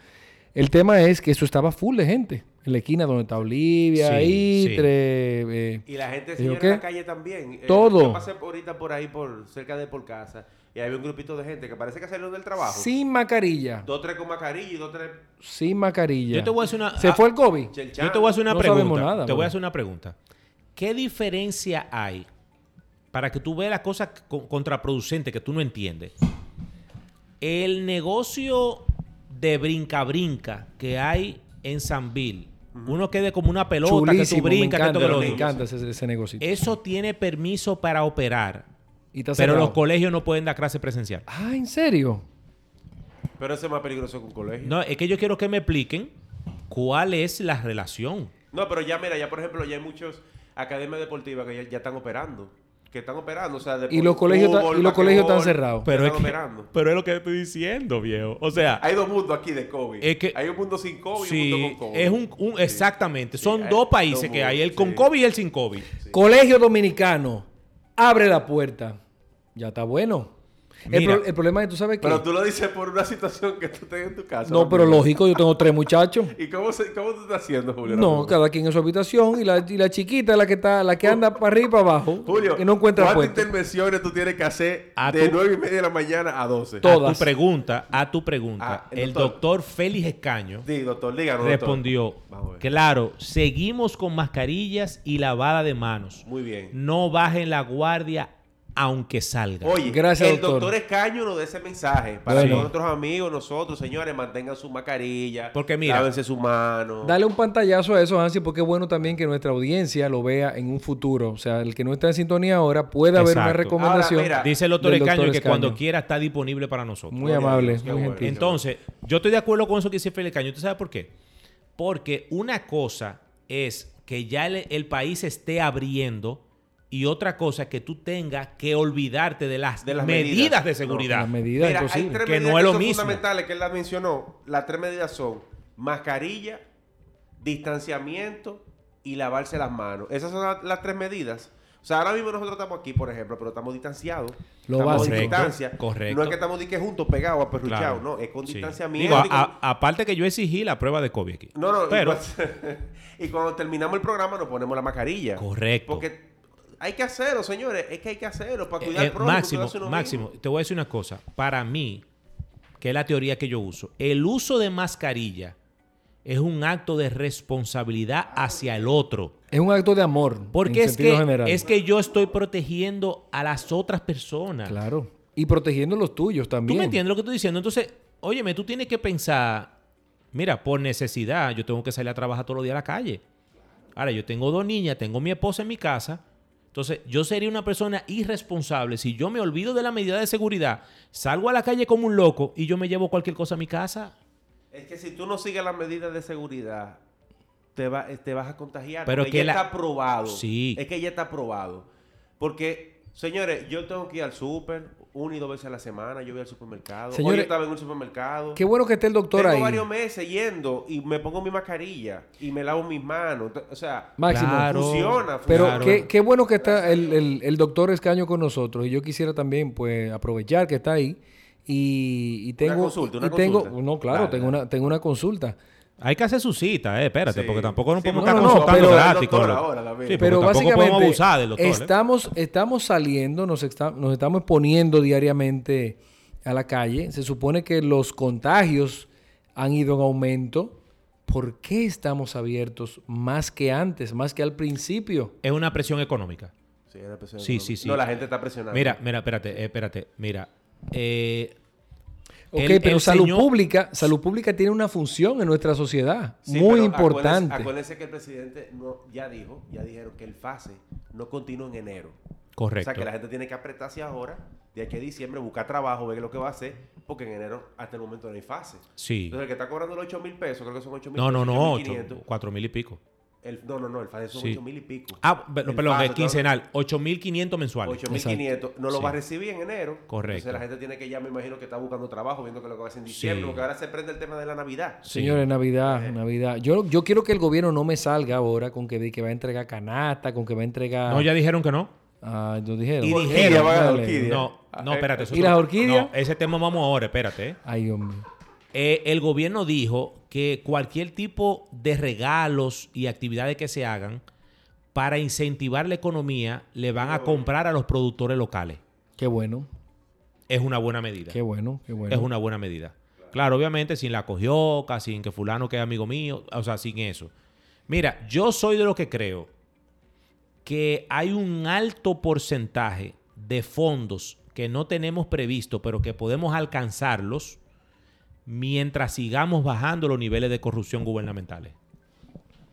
el tema es que eso estaba full de gente. En la esquina donde está Olivia,
Sí,
ahí,
sí.
tre- eh,
Y la gente
¿Y
se
yo
llena
qué?
en la calle también. Eh,
Todo.
yo pasé por- ahorita por ahí, por cerca de por casa, y había un grupito de gente que parece que salieron del trabajo.
sin mascarilla,
Dos, tres con mascarilla y dos, tres
sin mascarilla.
Yo te voy a hacer una.
¿Se
ah,
fue el COVID?
chelchando.
Yo te voy a hacer una
No sabemos
pregunta.
nada,
te voy
bro.
a hacer una pregunta. ¿Qué diferencia hay para que tú veas la cosa co- contraproducente que tú no entiendes? El negocio de brinca-brinca que hay en Sanville, uno que de como una pelota
Chulísimo,
que tú brincas, que
me
esto,
encanta,
que
me
lo otro.
encanta ese, ese negocio.
Eso tiene permiso para operar,
Y está
pero los
cerrado.
colegios no pueden dar clase presencial.
Ah, ¿en serio?
Pero eso es más peligroso que un colegio. No.
No, es que yo quiero que me expliquen cuál es la relación.
pero ya, mira, ya por ejemplo, ya hay muchos academias deportivas que ya, ya están operando. Que están operando, o sea, deporte-
Y los colegios ta- y los colegios están cerrados.
ya
Pero es,
están
que-
operando.
pero es lo que te estoy diciendo, viejo. O sea,
Hay dos mundos aquí de COVID.
Es que-
hay un mundo sin COVID y un
Sí,
mundo con COVID.
es un, un- exactamente.
Sí,
Son
hay
dos
dos
países que
mundos,
hay, el con
sí.
COVID y el sin COVID.
Colegio Dominicano, abre la puerta. Ya está bueno. El,
Mira.
pro- el problema es, tú sabes que...
Pero tú lo dices por una situación que tú tengas en tu casa.
no,
ahora
pero
mismo.
lógico, yo tengo tres muchachos.
[laughs] ¿Y cómo, se- cómo tú estás haciendo, Julio? ahora
No,
mismo?
cada quien en su habitación y la, y la chiquita es la que está, la que anda para arriba y para abajo,
Julio,
que no encuentra
¿cuántas
puerta.
intervenciones tú tienes que hacer
A
de
tu-
nueve y media de la mañana a 12?
To-
A
Todas.
tu pregunta, a tu pregunta,
Ah, el
el
doctor.
doctor Félix Escaño
Sí, doctor, díganos, doctor.
respondió,
Vamos a ver.
claro, seguimos con mascarillas y lavada de manos.
Muy bien.
No bajen la guardia aunque salga.
Oye,
Gracias,
el doctor.
doctor
Escaño nos dé ese mensaje para
Bueno.
todos nuestros amigos, nosotros, señores, mantengan su mascarilla.
Porque mira-
Lávense su mano.
Dale un pantallazo a eso, Hansi, porque es bueno también que nuestra audiencia lo vea en un futuro. O sea, el que no está en sintonía ahora puede haber una
Exacto.
recomendación.
Ahora, mira,
Dice el doctor
del
Escaño que
Escaño.
cuando quiera está disponible para nosotros.
Muy amable,
Qué
muy
bueno.
gentil.
Entonces, yo estoy de acuerdo con eso que dice Félix Caño. ¿Tú sabes por qué? Porque una cosa es que ya el, el país esté abriendo y otra cosa es que tú tengas que olvidarte de las,
De las
medidas,
medidas.
de seguridad.
Las medidas
Mira, hay
imposibles.
tres
Que
medidas
no es lo
son
mismo.
fundamentales que él las mencionó. Las tres medidas son mascarilla, distanciamiento y lavarse las manos. Esas son la- las tres medidas. O sea, ahora mismo nosotros estamos aquí, por ejemplo, pero estamos distanciados.
Lo
estamos
básico.
en distancia.
Correcto.
No es que estamos di que juntos, pegados, aperruchados.
Claro.
No, es con
Sí.
distanciamiento.
Digo,
y con-
a- a- aparte que yo exigí la prueba de COVID aquí.
No, no,
Pero,
Y cuando, [laughs] y cuando terminamos el programa nos ponemos la mascarilla.
correcto.
Porque hay que hacerlo, señores. Es que hay que hacerlo para cuidar
Eh,
al prójimo,
máximo,
cuidarse uno
máximo.
mismo.
Te voy a decir una cosa. Para mí, que es la teoría que yo uso, el uso de mascarilla es un acto de responsabilidad hacia el otro.
Es un acto de amor.
Porque
en
es
sentido
que,
general.
es que yo estoy protegiendo a las otras personas.
Claro. Y protegiendo los tuyos
¿Tú
también.
me entiendes lo que estoy diciendo? Entonces, óyeme, tú tienes que pensar, mira, por necesidad, yo tengo que salir a trabajar todos los días a la calle. Ahora, yo tengo dos niñas, tengo mi esposa en mi casa. Entonces, yo sería una persona irresponsable si yo me olvido de la medida de seguridad, salgo a la calle como un loco y yo me llevo cualquier cosa a mi casa.
Es que si tú no sigues las medidas de seguridad, te, va- te vas a contagiar.
Pero
porque
que
ya
la-
está aprobado.
Sí.
Es que ya está aprobado. Porque, señores, yo tengo que ir al súper una y dos veces a la semana. Yo voy al supermercado. Hoy
Señores,
yo estaba en un supermercado.
Qué bueno que esté el doctor
Tengo
ahí.
varios meses yendo y me pongo mi mascarilla y me lavo mis manos. Ent- O sea,
Máximo.
Claro.
funciona.
Pero
funciona.
qué, qué bueno que está el, el- el doctor Escaño con nosotros. Y yo quisiera también pues aprovechar que está ahí. Y, y tengo.
consulta, una
y tengo-
consulta.
No, claro,
Dale,
tengo,
dale.
Una, tengo una consulta.
Hay que hacer su cita, eh, espérate,
Sí.
porque tampoco no
Sí,
podemos
porque
estar
no, no,
consultando
pero-
gratis con
Doctor,
los-
ahora, David.
Sí, porque
Pero
tampoco podemos
básicamente
abusar del doctor. ¿eh?
estamos, estamos saliendo, nos, está- nos estamos exponiendo diariamente a la calle. Se supone que los contagios han ido en aumento. ¿Por qué estamos abiertos más que antes, más que al principio?
Es una presión económica.
Sí, era presión
Sí,
económica.
sí, sí.
No, la gente está presionada.
Mira, mira, espérate, eh, espérate, mira. Eh,
Ok,
el-
pero
el
salud
señor-
pública, salud pública tiene una función en nuestra sociedad
Sí,
muy
pero
importante.
Acuérdense, acuérdense que el presidente no, ya dijo, ya dijeron que el fase no continúa en enero.
Correcto.
O sea que la gente tiene que apretarse ahora, de aquí a diciembre, buscar trabajo, ver lo que va a hacer, porque en enero hasta el momento no hay fase.
Sí.
Entonces el que está cobrando los 8 mil pesos, creo que son 8 mil
No, no, no, ocho,
500,
cuatro mil y pico.
el, no, no, no, el fase son
Sí.
8 mil y pico.
Ah, pe-
El
perdón,
fase,
es quincenal, 8.500 mensuales.
8500 no lo
Sí.
va a recibir en enero.
Correcto.
Entonces la gente tiene que ya, me imagino que está buscando trabajo, viendo que lo que va a hacer en diciembre,
Sí.
porque ahora se prende el tema de la Navidad.
Sí.
Señores,
Eh.
Navidad, Navidad. Yo, yo quiero que el gobierno no me salga ahora con que, di que va a entregar canasta, con que va a entregar...
No, ya dijeron que no.
Ah, yo dijeron.
Y
Dale.
dijeron,
van a
Dale.
orquídea.
No, no,
Eh,
espérate. eso
¿y
es otro-
las orquídeas?
No, ese tema vamos ahora, espérate. eh.
Ay, hombre.
Eh, el gobierno dijo que cualquier tipo de regalos y actividades que se hagan para incentivar la economía le van
Oh.
a comprar a los productores locales.
Qué bueno,
Es una buena medida.
qué bueno, qué bueno.
es una buena medida. Claro, obviamente sin la cojioca, sin que fulano que es amigo mío, o sea, sin eso. Mira, yo soy de los que creo que hay un alto porcentaje de fondos que no tenemos previsto, pero que podemos alcanzarlos mientras sigamos bajando los niveles de corrupción gubernamentales.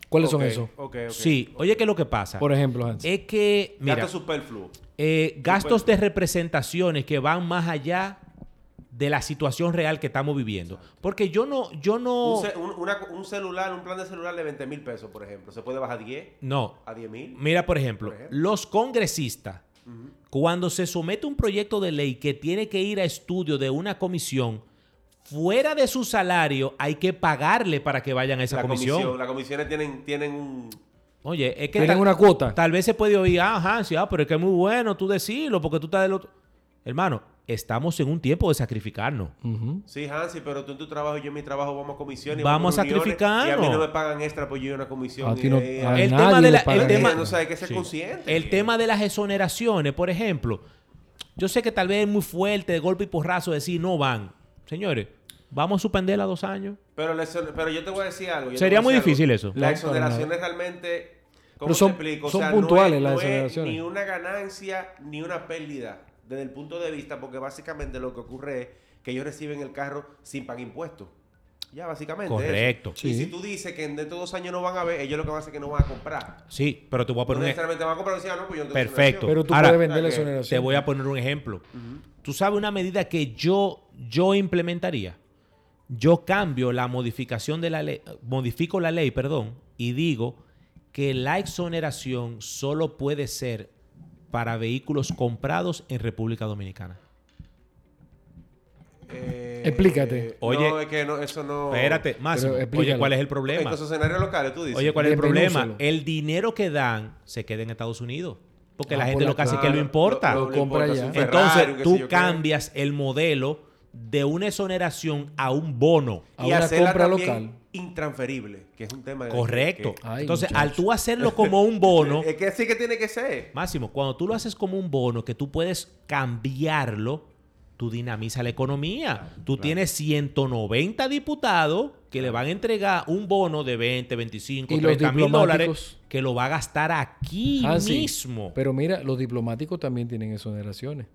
¿Cuáles son
Ok,
esos?
ok, ok.
Sí, oye, ¿qué es lo que pasa?
Por ejemplo, Hans.
es que, mira,
Gasto superfluo.
eh, gastos de representaciones que van más allá de la situación real que estamos viviendo. Porque yo no, yo no.
Un, ce- un- una- un celular, un plan de celular de 20 mil pesos, por ejemplo. ¿Se puede bajar 10?
No.
¿A 10 mil?
Mira, por ejemplo,
Por ejemplo.
los congresistas, cuando se somete un proyecto de ley que tiene que ir a estudio de una comisión, fuera de su salario hay que pagarle para que vayan a esa
La
comisión.
comisión. Las comisiones tienen, tienen un...
Oye, es que.
¿Tienen
tal-
una cuota?
Tal vez se puede oír, ah, ajá, sí, ah, pero es que es muy bueno tú decirlo porque tú estás del otro. Hermano, estamos en un tiempo de sacrificarnos.
Ujú.
Sí, Hansi, pero tú en tu trabajo y yo en mi trabajo vamos a comisiones.
Vamos a
reuniones, Y a mí
sacrificarnos.
no me pagan extra por yo ir a una comisión.
A ti no-
Eh,
a
el
nadie
tema de
le
la- el
pagan
tema-
eso.
no sabe que ser
Sí.
consciente.
El tema de las exoneraciones, por ejemplo, yo sé que tal vez es muy fuerte de golpe y porrazo decir no van. Señores, vamos a suspenderla dos años.
Pero, la exon- pero yo te voy a decir algo. yo te
Sería
voy a decir
muy difícil
algo.
eso.
Las
No, para nada.
exoneraciones realmente... ¿Cómo
Pero son-
te explico?
son
no
puntuales
es-
las
no es
exoneraciones.
ni una ganancia ni una pérdida desde el punto de vista, porque básicamente lo que ocurre es que ellos reciben el carro sin pagar impuestos. Ya, básicamente. es eso.
Correcto.
Sí.
Y si tú dices que dentro de dos años no van a ver, ellos lo que van a hacer es que no van a comprar.
Sí, pero te voy a
no
poner un, e-
necesariamente van a comprar, decían, "Ah, no, pues yo no tengo
Perfecto.
Pero tú
Ahora,
puedes vender la
ok,
ej-
exoneración.
te voy a poner un ejemplo. Tú sabes una medida que yo, yo implementaría. Yo cambio la modificación de la ley, modifico la ley, perdón, y digo que la exoneración solo puede ser para vehículos comprados en República Dominicana.
exoneración". Eh,
Explícate.
eh,
Oye.
no, es que no, eso no...
Espérate, Máximo. Oye,
explícalo.
¿cuál es el problema?
En los escenarios locales, tú dices.
Oye, ¿cuál es el
Desmenúzalo.
problema? El dinero que dan se queda en Estados Unidos. Porque
Ah,
la gente
por la
lo casi que
cara.
lo importa.
Lo compra
importa,
ya.
un Ferrari,
Entonces,
un qué sé yo
tú
qué.
cambias el modelo de una exoneración a un bono.
A
Y
una
hacerla
compra
también
local.
Intransferible, que es un tema... que-
Correcto.
que-
Ay,
Entonces,
muchacho.
al tú hacerlo como un
[laughs]
bono,
Es que así que tiene que ser.
Máximo, cuando tú lo haces como un bono que tú puedes cambiarlo, tú dinamizas la economía. tú tienes 190 diputados que le van a entregar un bono de 20, 25,
Y los
30 mil dólares
diplomáticos.
que lo va a gastar aquí
Ah, sí.
mismo.
Pero mira, los diplomáticos también tienen exoneraciones.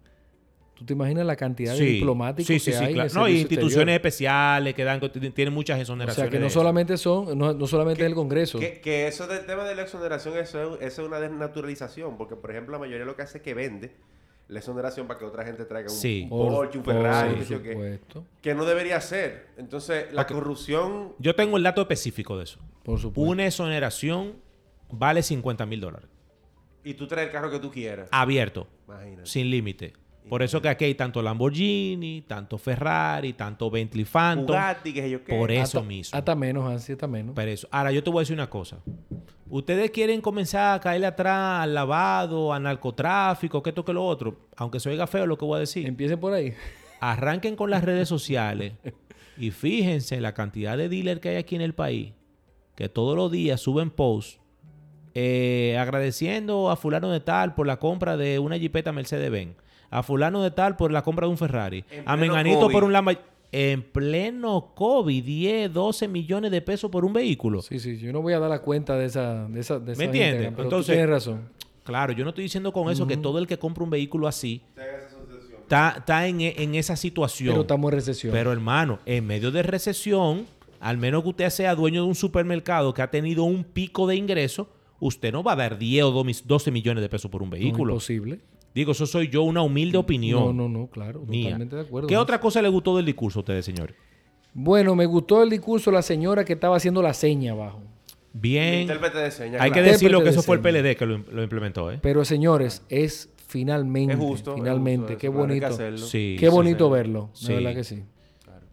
¿Tú te imaginas la cantidad de diplomáticos
sí, sí,
que
sí,
hay? en
claro.
el
No, y
servicio
instituciones
exterior?
especiales que dan, tienen muchas
O
exoneraciones.
sea, que
de
no
eso.
solamente son, no, no solamente el Congreso.
Que, que eso del tema de la exoneración, eso es, eso es una desnaturalización, porque por ejemplo la mayoría lo que hace es que vende la exoneración para que otra gente traiga un
Sí.
Por-
Porsche, un
por
Ferrari, qué sé yo qué,
supuesto.
que no debería ser. Entonces la corrupción
Yo tengo el dato específico de eso.
Por supuesto.
Una exoneración vale 50 mil dólares.
y tú traes el carro que tú quieras.
Ah, Abierto.
Imagínate.
sin límite. Por eso que aquí hay tanto Lamborghini, tanto Ferrari, tanto Bentley Phantom.
Bugatti, que sé yo qué.
Por eso
Hasta-
mismo. Pues,
Hasta menos, así hasta menos.
Por eso. Ahora, yo te voy a decir una cosa. Ustedes quieren comenzar a caerle atrás al lavado, al narcotráfico, que esto que lo otro. Aunque se oiga feo lo que voy a decir.
Empiecen por ahí.
Arranquen con las redes sociales y fíjense la cantidad de dealers que hay aquí en el país que todos los días suben posts eh, agradeciendo a fulano de tal por la compra de una jipeta Mercedes-Benz, a fulano de tal por la compra de un Ferrari,
En
a
pleno
Menganito
COVID.
por un Lamborghini. En pleno COVID, 10, 12 millones de pesos por un vehículo.
Sí, sí, yo no voy a dar la cuenta de esa. De esa, de esa
entiendes?
gente acá, pero
Entonces-
tú tienes razón.
Claro, yo no estoy diciendo con eso que todo el que compra un vehículo así
Te hagas esa asociación.
está, está en, en esa situación.
Pero estamos en recesión.
Pero hermano, en medio de recesión, al menos que usted sea dueño de un supermercado que ha tenido un pico de ingreso, usted no va a dar 10 o 12 millones de pesos por un
No,
vehículo.
Imposible.
Digo, eso soy yo una humilde opinión.
No, no, no, claro.
mía.
Totalmente de acuerdo.
¿Qué
¿no?
otra cosa le gustó del discurso a ustedes, señores?
Bueno, me gustó el discurso de la señora que estaba haciendo la seña abajo.
Bien.
Intérprete de señas.
Hay que
claro.
de-
decirlo que
Intérprete
eso fue el
señas.
PLD que lo, lo implementó, ¿eh?
Pero señores, es finalmente,
Es justo. es
finalmente,
justo
qué
eso, claro, hay que
bonito.
hacerlo.
Sí.
Qué bonito verlo,
Sí.
de verdad que sí.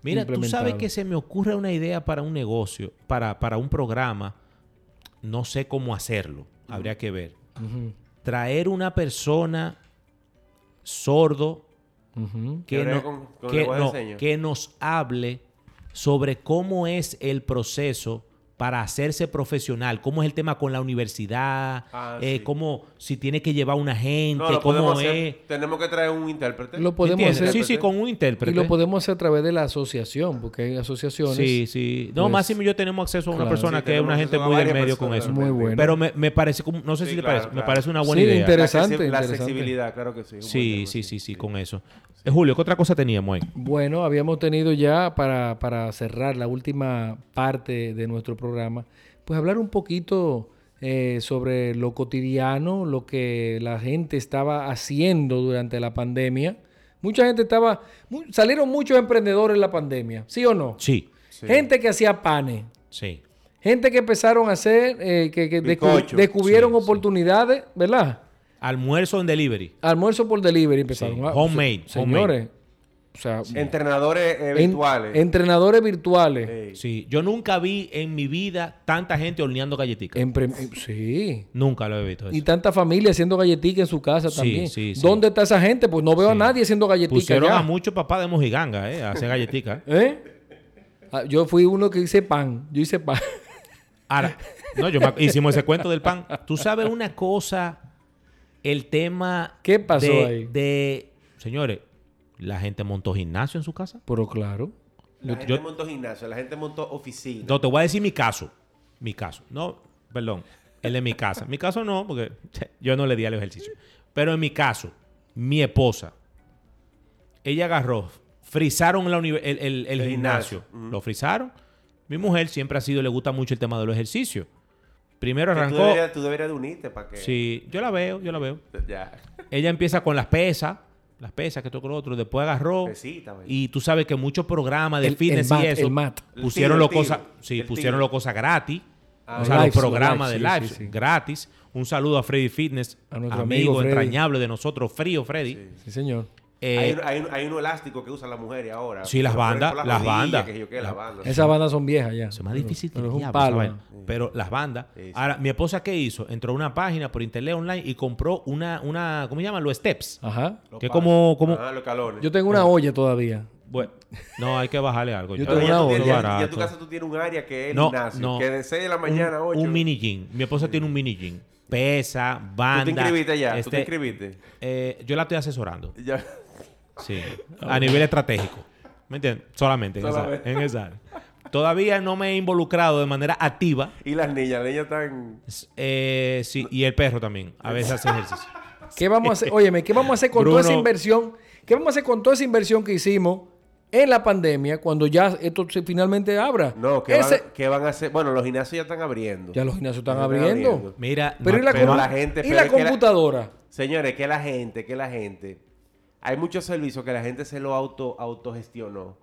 Mira, tú sabes
implementado.
que se me ocurre una idea para un negocio, para, para un programa. No sé cómo hacerlo. Habría que ver.
Ujú,
Traer una persona sordo
ujú.
Que
que,
hable
no-
con- con
que-
lenguaje de
no,
señas.
que nos hable sobre cómo es el proceso para hacerse profesional, cómo es el tema con la universidad,
Ah,
eh,
sí.
cómo si tiene que llevar una gente,
No, lo
cómo
podemos
es.
hacer. Tenemos que traer un intérprete.
Lo podemos
¿Entiendes? Sí,
hacer.
sí, con un intérprete.
Y lo podemos hacer a través de la asociación, porque hay asociaciones.
Sí, sí. No,
Pues,
Máximo y yo tenemos acceso a una
claro.
persona
Sí,
que es
tenemos
una gente
acceso a
muy del
varias
medio con
personas
eso.
Muy
realmente.
bueno.
Pero me, me parece, como- no sé
Sí,
si le
claro,
parece, me
claro.
parece una buena
Sí,
idea.
interesa- Interesante,
La accesi- La
interesante.
accesibilidad, claro que sí. es un buen
Sí,
tema,
sí, sí, sí, con eso. Eh, Julio, ¿qué otra cosa teníamos ahí?
Bueno, habíamos tenido ya para, para cerrar la última parte de nuestro programa, pues hablar un poquito eh, sobre lo cotidiano, lo que la gente estaba haciendo durante la pandemia. Mucha gente estaba, mu- salieron muchos emprendedores en la pandemia, ¿sí o no?
Sí,
Gente que hacía panes,
sí.
gente que empezaron a hacer, eh, que, que descu-
Bizcocho.
descubrieron
Sí, sí.
oportunidades, ¿verdad?
Almuerzo en delivery.
Almuerzo por delivery empezaron.
Sí,
Ah,
homemade,
se- Señores, o sea,
Entrenadores eh,
en-
virtuales. Eh,
entrenadores virtuales.
Ey.
Sí, yo nunca vi en mi vida tanta gente horneando galletitas.
Empre- em- sí.
Nunca lo he visto. eso.
Y tanta familia haciendo galletica en su casa
Pues Sí,
también.
sí, sí.
¿Dónde está esa gente? Pues no veo a
Sí.
nadie haciendo galletica.
Pusieron
ya.
a muchos papás de mojiganga eh, a hacer galletitas.
¿Eh? Ah, Yo fui uno que hice pan. Yo hice pan. [laughs]
Ahora, no, yo me ac- hicimos ese cuento del pan. Tú sabes una cosa, el tema.
¿Qué pasó
de,
ahí?
de- señores, la gente montó gimnasio en su casa.
Pero claro.
La
Yo-
gente
yo-
montó gimnasio, la gente montó oficina.
No, te voy a decir mi caso. Mi caso. No, perdón. El de mi casa. Mi caso no, porque [laughs] yo no le di al ejercicio. Pero en mi caso, mi esposa, ella agarró, frizaron la univer- el, el- el
El
gimnasio.
gimnasio. Ujú.
Lo frizaron. Mi mujer siempre ha sido, le gusta mucho el tema de los ejercicios. Primero
Que
arrancó.
Tú deberías, tú deberías de unirte para que.
Sí, yo la veo, yo la veo.
Ya.
Ella empieza con las pesas, las pesas que toco lo otro, después agarró.
Pesita, güey.
y tú sabes que muchos programas de
El- el
fitness
mat,
y eso
el mat.
El
pusieron
tiro,
lo
el tiro,
cosas, sí,
el
pusieron
tiro.
lo cosas gratis.
Ah,
o
los
sea, los
lives, los
programas
lives,
de
sí,
live
sí, sí.
gratis. Un saludo a Freddy Fitness,
A
amigo,
nuestro amigo Freddy.
entrañable de nosotros, frío Freddy.
Sí, señor.
Eh,
hay, un- hay un- hay uno elástico que usan las mujeres ahora.
Sí, las
Pero ponen
bandas,
por
las
rodillas,
bandas.
que yo qué, las bandas.
Esas bandas son viejas ya.
Eso es más
Pero-
difícil que
pero
el
es un
diablo,
palo.
¿sabes?
¿no?
Pero las bandas.
Sí, sí.
Ahora, mi esposa, ¿qué hizo? Entró a una página por internet online y compró una, una ¿cómo se llama? Los steps.
Ajá.
Los
que
palos.
como- como-
Ah, los calones.
Yo tengo una olla todavía.
Bueno, no, hay que bajarle algo.
Yo
ya.
Pero
tengo
ya
una
tú
hora.
tienes- ya- ya
Barato.
tu casa tú tienes un área que es el
No,
gimnasio.
no.
Que de 6 de la mañana a 8.
Un mini jean. Mi esposa tiene un mini jean. Pesa, banda.
Tú te inscribiste ya. Tú
este,
te inscribiste.
eh, yo la estoy asesorando.
Ya.
Sí, a nivel estratégico. ¿Me entiendes? Solamente, en esa-
Solamente.
en esa área. Todavía no me he involucrado de manera activa.
Y las niñas, las niñas están...
Eh, sí, y el perro también. A veces hace ejercicio.
¿Qué vamos a hacer? Óyeme, ¿qué vamos a hacer con toda esa
Bruno.
inversión? ¿Qué vamos a hacer con toda esa inversión que hicimos en la pandemia cuando ya esto se finalmente abra?
No, ¿qué,
Ese-
van, qué van a hacer? Bueno, los gimnasios ya están abriendo.
Ya los gimnasios están
Ya
abriendo.
Mira,
Pero
no,
¿y la,
pero
compu-
la gente-
y
pero
la
es que la-
computadora?
Señores, que la gente, que la gente... Hay muchos servicios que la gente se lo auto, autogestionó,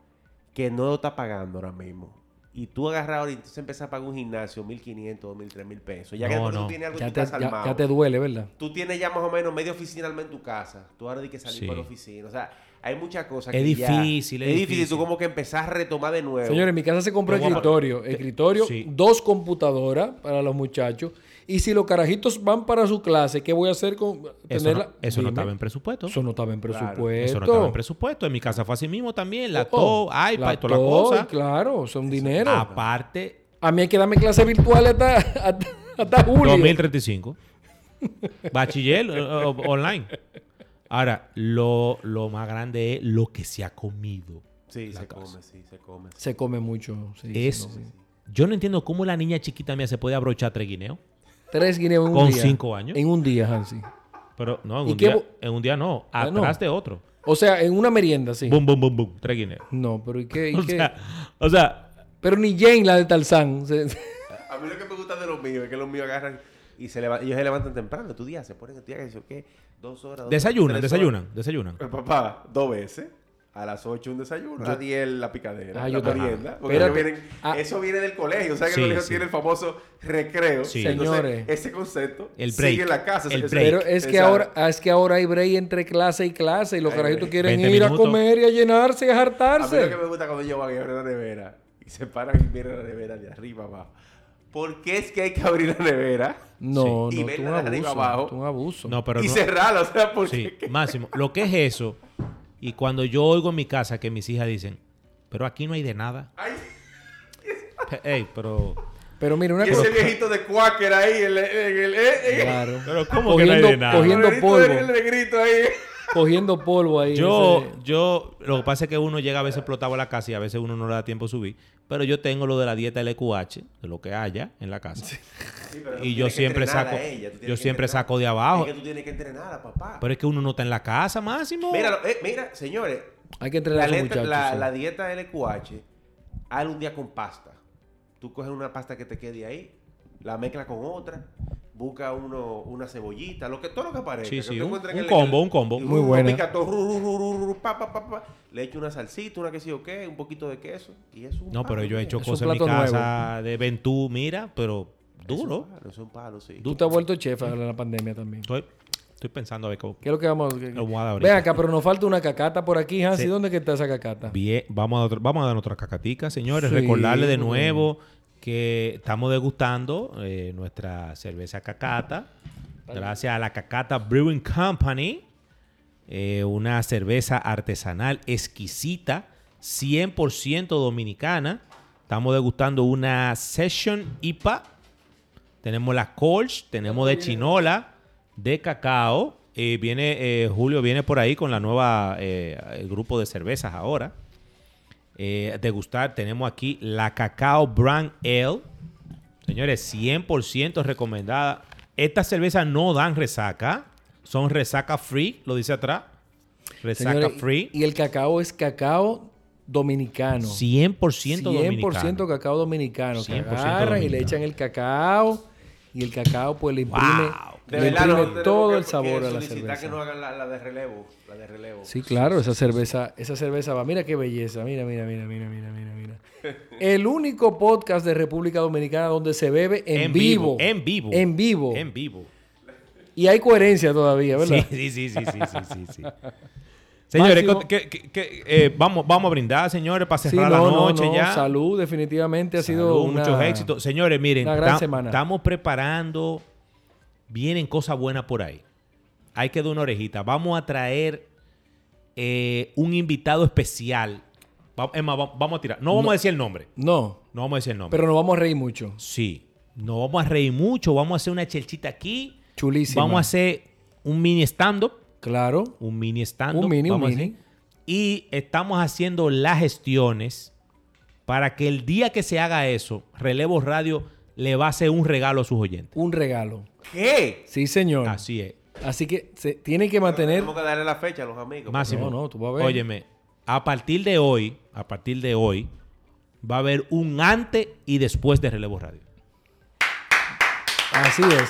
que no lo está pagando ahora mismo. Y tú agarras ahora y entonces empiezas a pagar un gimnasio, 1.500, 2.000, 3.000 pesos. Ya que
No,
tú
no.
tienes algo
Ya
en tu
te,
casa
ya-
armado.
ya te duele, ¿verdad?
Tú tienes ya más o menos media oficina alma en tu casa. Tú ahora di que salir
Sí.
para la oficina. O sea, hay muchas cosas
Es
que ya-
difícil, es
es difícil.
difícil.
Tú como que empezás a retomar de nuevo.
Señores, en mi casa se compró
Te voy a-
escritorio. Escritorio,
sí.
dos computadoras para los muchachos. Y si los carajitos van para su clase, ¿qué voy a hacer con
eso,
tenerla?
no, eso no
Dime.
estaba en presupuesto.
Eso no estaba en
Claro.
presupuesto.
Eso no estaba en presupuesto. En mi casa fue así mismo también. La
Oh,
to, iPad,
la
toda la
todo,
cosa. Ah,
y Claro, son dinero.
Aparte,
A mí hay que darme clases virtuales hasta, [laughs] hasta, hasta julio.
2035. [laughs] Bachiller eh, o- online. Ahora, lo, lo más grande es lo que se ha comido.
Sí,
la
se
casa.
come, sí, se come.
Se come mucho. sí, se
es,
come.
Yo no entiendo cómo la niña chiquita mía se puede abrochar tres guineos.
Tres guineos en un
Con
día.
cinco años.
En un día, Hansi.
Pero no, en
¿Y
un,
qué
día,
bo-
en un día no.
Ah, no.
Atrás de otro.
O sea, en una merienda, sí.
Bum, bum, bum, bum. Tres guineos.
No, pero ¿y qué?
[laughs]
y
O
qué?
sea, o sea,
Pero ni Jane, la de Tarzán. se-
A mí lo que me gusta de los míos es que los míos agarran y se levantan, ellos se levantan temprano, estudian, se ponen a estudiar, que dicen, ¿qué? Dos horas. dos
desayunan,
horas, tres
desayunan, desayunan.
horas. Eh, papá, dos veces. A las 8 un desayuno, a 10 la picadera,
Ah,
la
yo también.
merienda. Porque
Espérate.
ellos vienen-
Ah.
eso viene del colegio. O sea que
Sí,
el colegio
sí.
tiene el famoso recreo.
Sí.
Entonces,
Señores.
ese concepto
El break,
sigue en la casa.
el
Ese-
break.
Pero es que,
Exacto.
ahora, es que ahora hay break entre clase y clase. Y los
Hay
carajitos
break.
quieren ir
20
a
minutos.
comer y a llenarse y a
A mí lo que
jartarse.
me gusta cuando ellos van y abren la nevera y se paran y miran la nevera de arriba abajo. ¿Por qué es que hay que abrir la nevera
No,
Sí.
no, tú
Y
un
verla de arriba
abuso.
abajo.
Tú un abuso.
No, pero
y
no.
cerrarla? O sea, ¿por
Sí,
[laughs]
qué?
máximo. Lo que es eso, y cuando yo oigo en mi casa que mis hijas dicen, pero aquí no hay de
[laughs]
nada.
Ay,
Pe- Ey, pero.
Pero mira, una
y
cosa.
ese viejito de Quaker ahí, el, el, el, el- el-
Claro.
Pero
Cogiendo-
el
cogiendo
negrito,
polvo.
el negrito ahí.
Cogiendo polvo ahí.
Yo,
ese-
yo, lo que pasa es que uno llega a veces explotado a la casa y a veces uno no le da tiempo a subir. Pero yo tengo lo de la dieta LQH, de lo que haya en la casa. Y yo siempre saco, yo siempre saco de abajo.
Es que tú tienes que entrenar a papá.
Pero es que uno no está en la casa, Máximo.
Míralo, eh, mira, señores,
Hay que entrenar
la,
a esos
letra-
muchachos.
la,
sí.
la dieta LQH, haz un día con pasta. Tú coges una pasta que te quede ahí, la mezcla con otra, busca uno, una cebollita, lo que, todo lo que aparezca.
Sí,
que
sí,
tú
un-
encuentres
un
en
combo, un combo.
y
Muy
uno
buena.
pica todo, ru, ru, ru, ru, ru, pa, pa, pa, pa. Le echo una salsita, una que sí o qué, un poquito de queso. Y eso es un
No, pero
palo,
yo he hecho
Es un
cosas en mi
plato nuevo.
casa de Ventú, mira, pero duro.
Eso es un palo, sí.
Tú te has vuelto chef ahora en la pandemia también.
Estoy, estoy pensando a ver cómo.
¿Qué es lo que vamos a hacer?
Lo voy a dar
Ven
ahorita.
acá, pero nos falta una cacata por aquí, Hansi.
Sí.
¿Dónde que está esa cacata?
Bien, vamos a, otro- vamos a dar otra cacatica, señores.
Sí,
Recordarle de
muy
nuevo que estamos degustando eh, nuestra cerveza cacata. Gracias a la Cacata Brewing Company. Eh, una cerveza artesanal exquisita, 100% dominicana. Estamos degustando una Session IPA. Tenemos la Colch, tenemos de chinola, de cacao. Eh, viene eh, Julio viene por ahí con la nueva eh, el grupo de cervezas ahora. Eh, degustar tenemos aquí la Cacao Brand Ale. Señores, 100% recomendada. Estas cervezas no dan resaca, son resaca free, lo dice atrás. Resaca
Señores,
free.
Y el cacao es cacao dominicano.
100%, 100%
100% cacao dominicano. Que
100%
agarran y le
dominicano.
echan el cacao. Y el cacao, pues, le imprime,
De
le imprime
verdad, nosotros tenemos
todo
que-
el sabor
que
a la
solicitar
cerveza.
que no hagan la, la de relevo. La de relevo.
Sí, claro, esa cerveza, esa cerveza va. Mira qué belleza. Mira, mira, mira, mira, mira, mira, mira. El único podcast de República Dominicana donde se bebe en, vivo,
En vivo.
En vivo.
En vivo.
Y hay coherencia todavía, ¿verdad?
Sí, sí, sí, sí, sí, sí, sí,
[laughs]
sí. Señores,
Máximo.
que- que- que- eh, vamos, vamos a brindar, señores, para
Sí,
cerrar
no,
la
no,
noche
no,
ya.
Salud, definitivamente ha sido
Salud,
una-
muchos éxitos. Señores, miren,
una gran
tam-
semana.
estamos preparando, vienen cosas buenas por ahí. Hay que dar una orejita. Vamos a traer eh, un invitado especial. Va- es más, va- vamos a tirar. No vamos a decir el nombre.
No,
No vamos a decir el nombre.
pero nos vamos a reír mucho.
Sí. Nos vamos a reír mucho. Vamos a hacer una chelchita aquí.
Chulísimo.
Vamos a hacer un mini stand-up.
Claro.
un mini stand
Un mini, un
vamos a
mini.
decir. Y estamos haciendo las gestiones para que el día que se haga eso, Relevo Radio le va a hacer un regalo a sus oyentes.
Un regalo.
¿Qué?
Sí, señor. Así,
Así es.
que se tienen que mantener.
Tenemos que darle la fecha a los amigos.
Máximo.
No, no, tú vas a ver.
Óyeme, a partir de hoy, a partir de hoy, va a haber un antes y después de Relevo Radio.
Así es.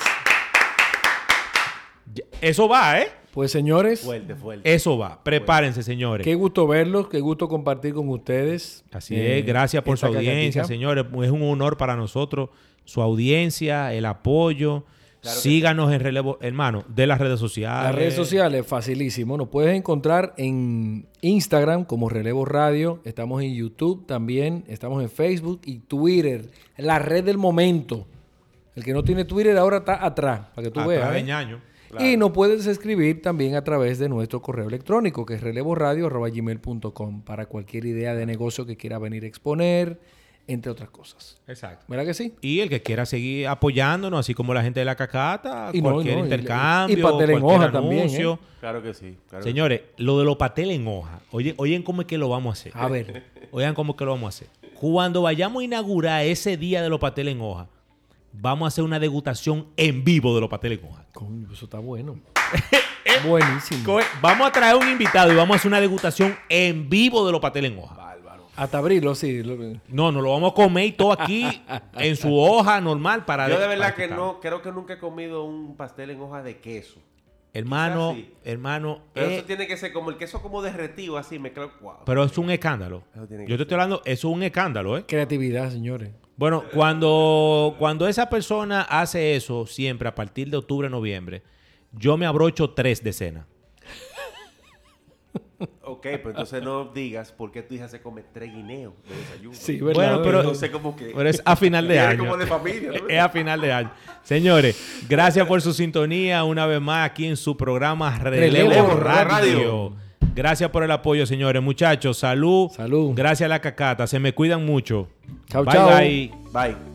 Ya- Eso va, ¿eh?
Pues señores,
Fuerte, fuerte.
Eso va. Prepárense, señores.
qué gusto verlos, qué gusto compartir con ustedes.
Así
Eh,
es, gracias por su
esta
audiencia,
cacatica.
señores. Es un honor para nosotros su audiencia, el apoyo.
Claro que
Síganos en relevo, hermano, de las redes sociales.
Las redes sociales, facilísimo. Nos puedes encontrar en Instagram como Relevo Radio. Estamos en YouTube también. Estamos en Facebook y Twitter. La red del momento. El que no tiene Twitter ahora está atrás, para que tú
Atrás
veas.
de
¿eh?
Ñaño.
Y nos puedes escribir también a través de nuestro correo electrónico, que es relevoradio.gmail.com, para cualquier idea de negocio que quiera venir a exponer, entre otras cosas.
Exacto.
¿Verdad que sí?
Y el que quiera seguir apoyándonos, así como la gente de la cacata,
Y no,
cualquier
no, y-
intercambio,
y pastel en
cualquier
hoja también, ¿eh?
anuncio.
Claro que sí. claro que
Señores, lo de los pasteles en hoja. Oye, oyen cómo es que lo vamos a hacer.
A
[laughs]
ver,
Oigan cómo es que lo vamos a hacer. Cuando vayamos a inaugurar ese día de los pasteles en hoja, vamos a hacer una degustación en vivo de los pasteles en hoja.
coño, eso está bueno. Buenísimo.
Coe- Vamos a traer un invitado y vamos a hacer una degustación en vivo de los pasteles en hoja.
Bárbaro.
Hasta abrirlo, sí. lo-
No, no lo vamos a comer y todo [laughs] aquí en su hoja normal para
Yo de
para
verdad que
disfrutarlo.
no, creo que nunca he comido un pastel en hoja de queso.
Hermano,
Quizás sí.
hermano, eh,
Pero
pero,
eso tiene que ser como el queso como derretido, así, mezclado. Wow.
es un escándalo.
Eso tiene que
Yo te estoy hablando, eso es un escándalo, ¿eh?
Creatividad, señores.
Bueno, cuando, cuando esa persona hace eso, siempre a partir de octubre, noviembre, yo me abrocho tres de cena.
Ok, pero entonces no digas por qué tu hija se come tres guineos de desayuno.
Sí,
bueno.
¿verdad?
Bueno, pero-
No sé cómo que...
Pero es a final
[laughs]
de
Era
año.
como de familia, ¿no?
Es a final de año. Señores, gracias por su sintonía una vez más aquí en su programa Relevo,
Relevo
Radio.
Radio.
Gracias por el apoyo, señores. Muchachos, salud.
Salud.
Gracias a la cacata. Se me cuidan mucho.
Chao,
bye,
chao.
bye.
Bye.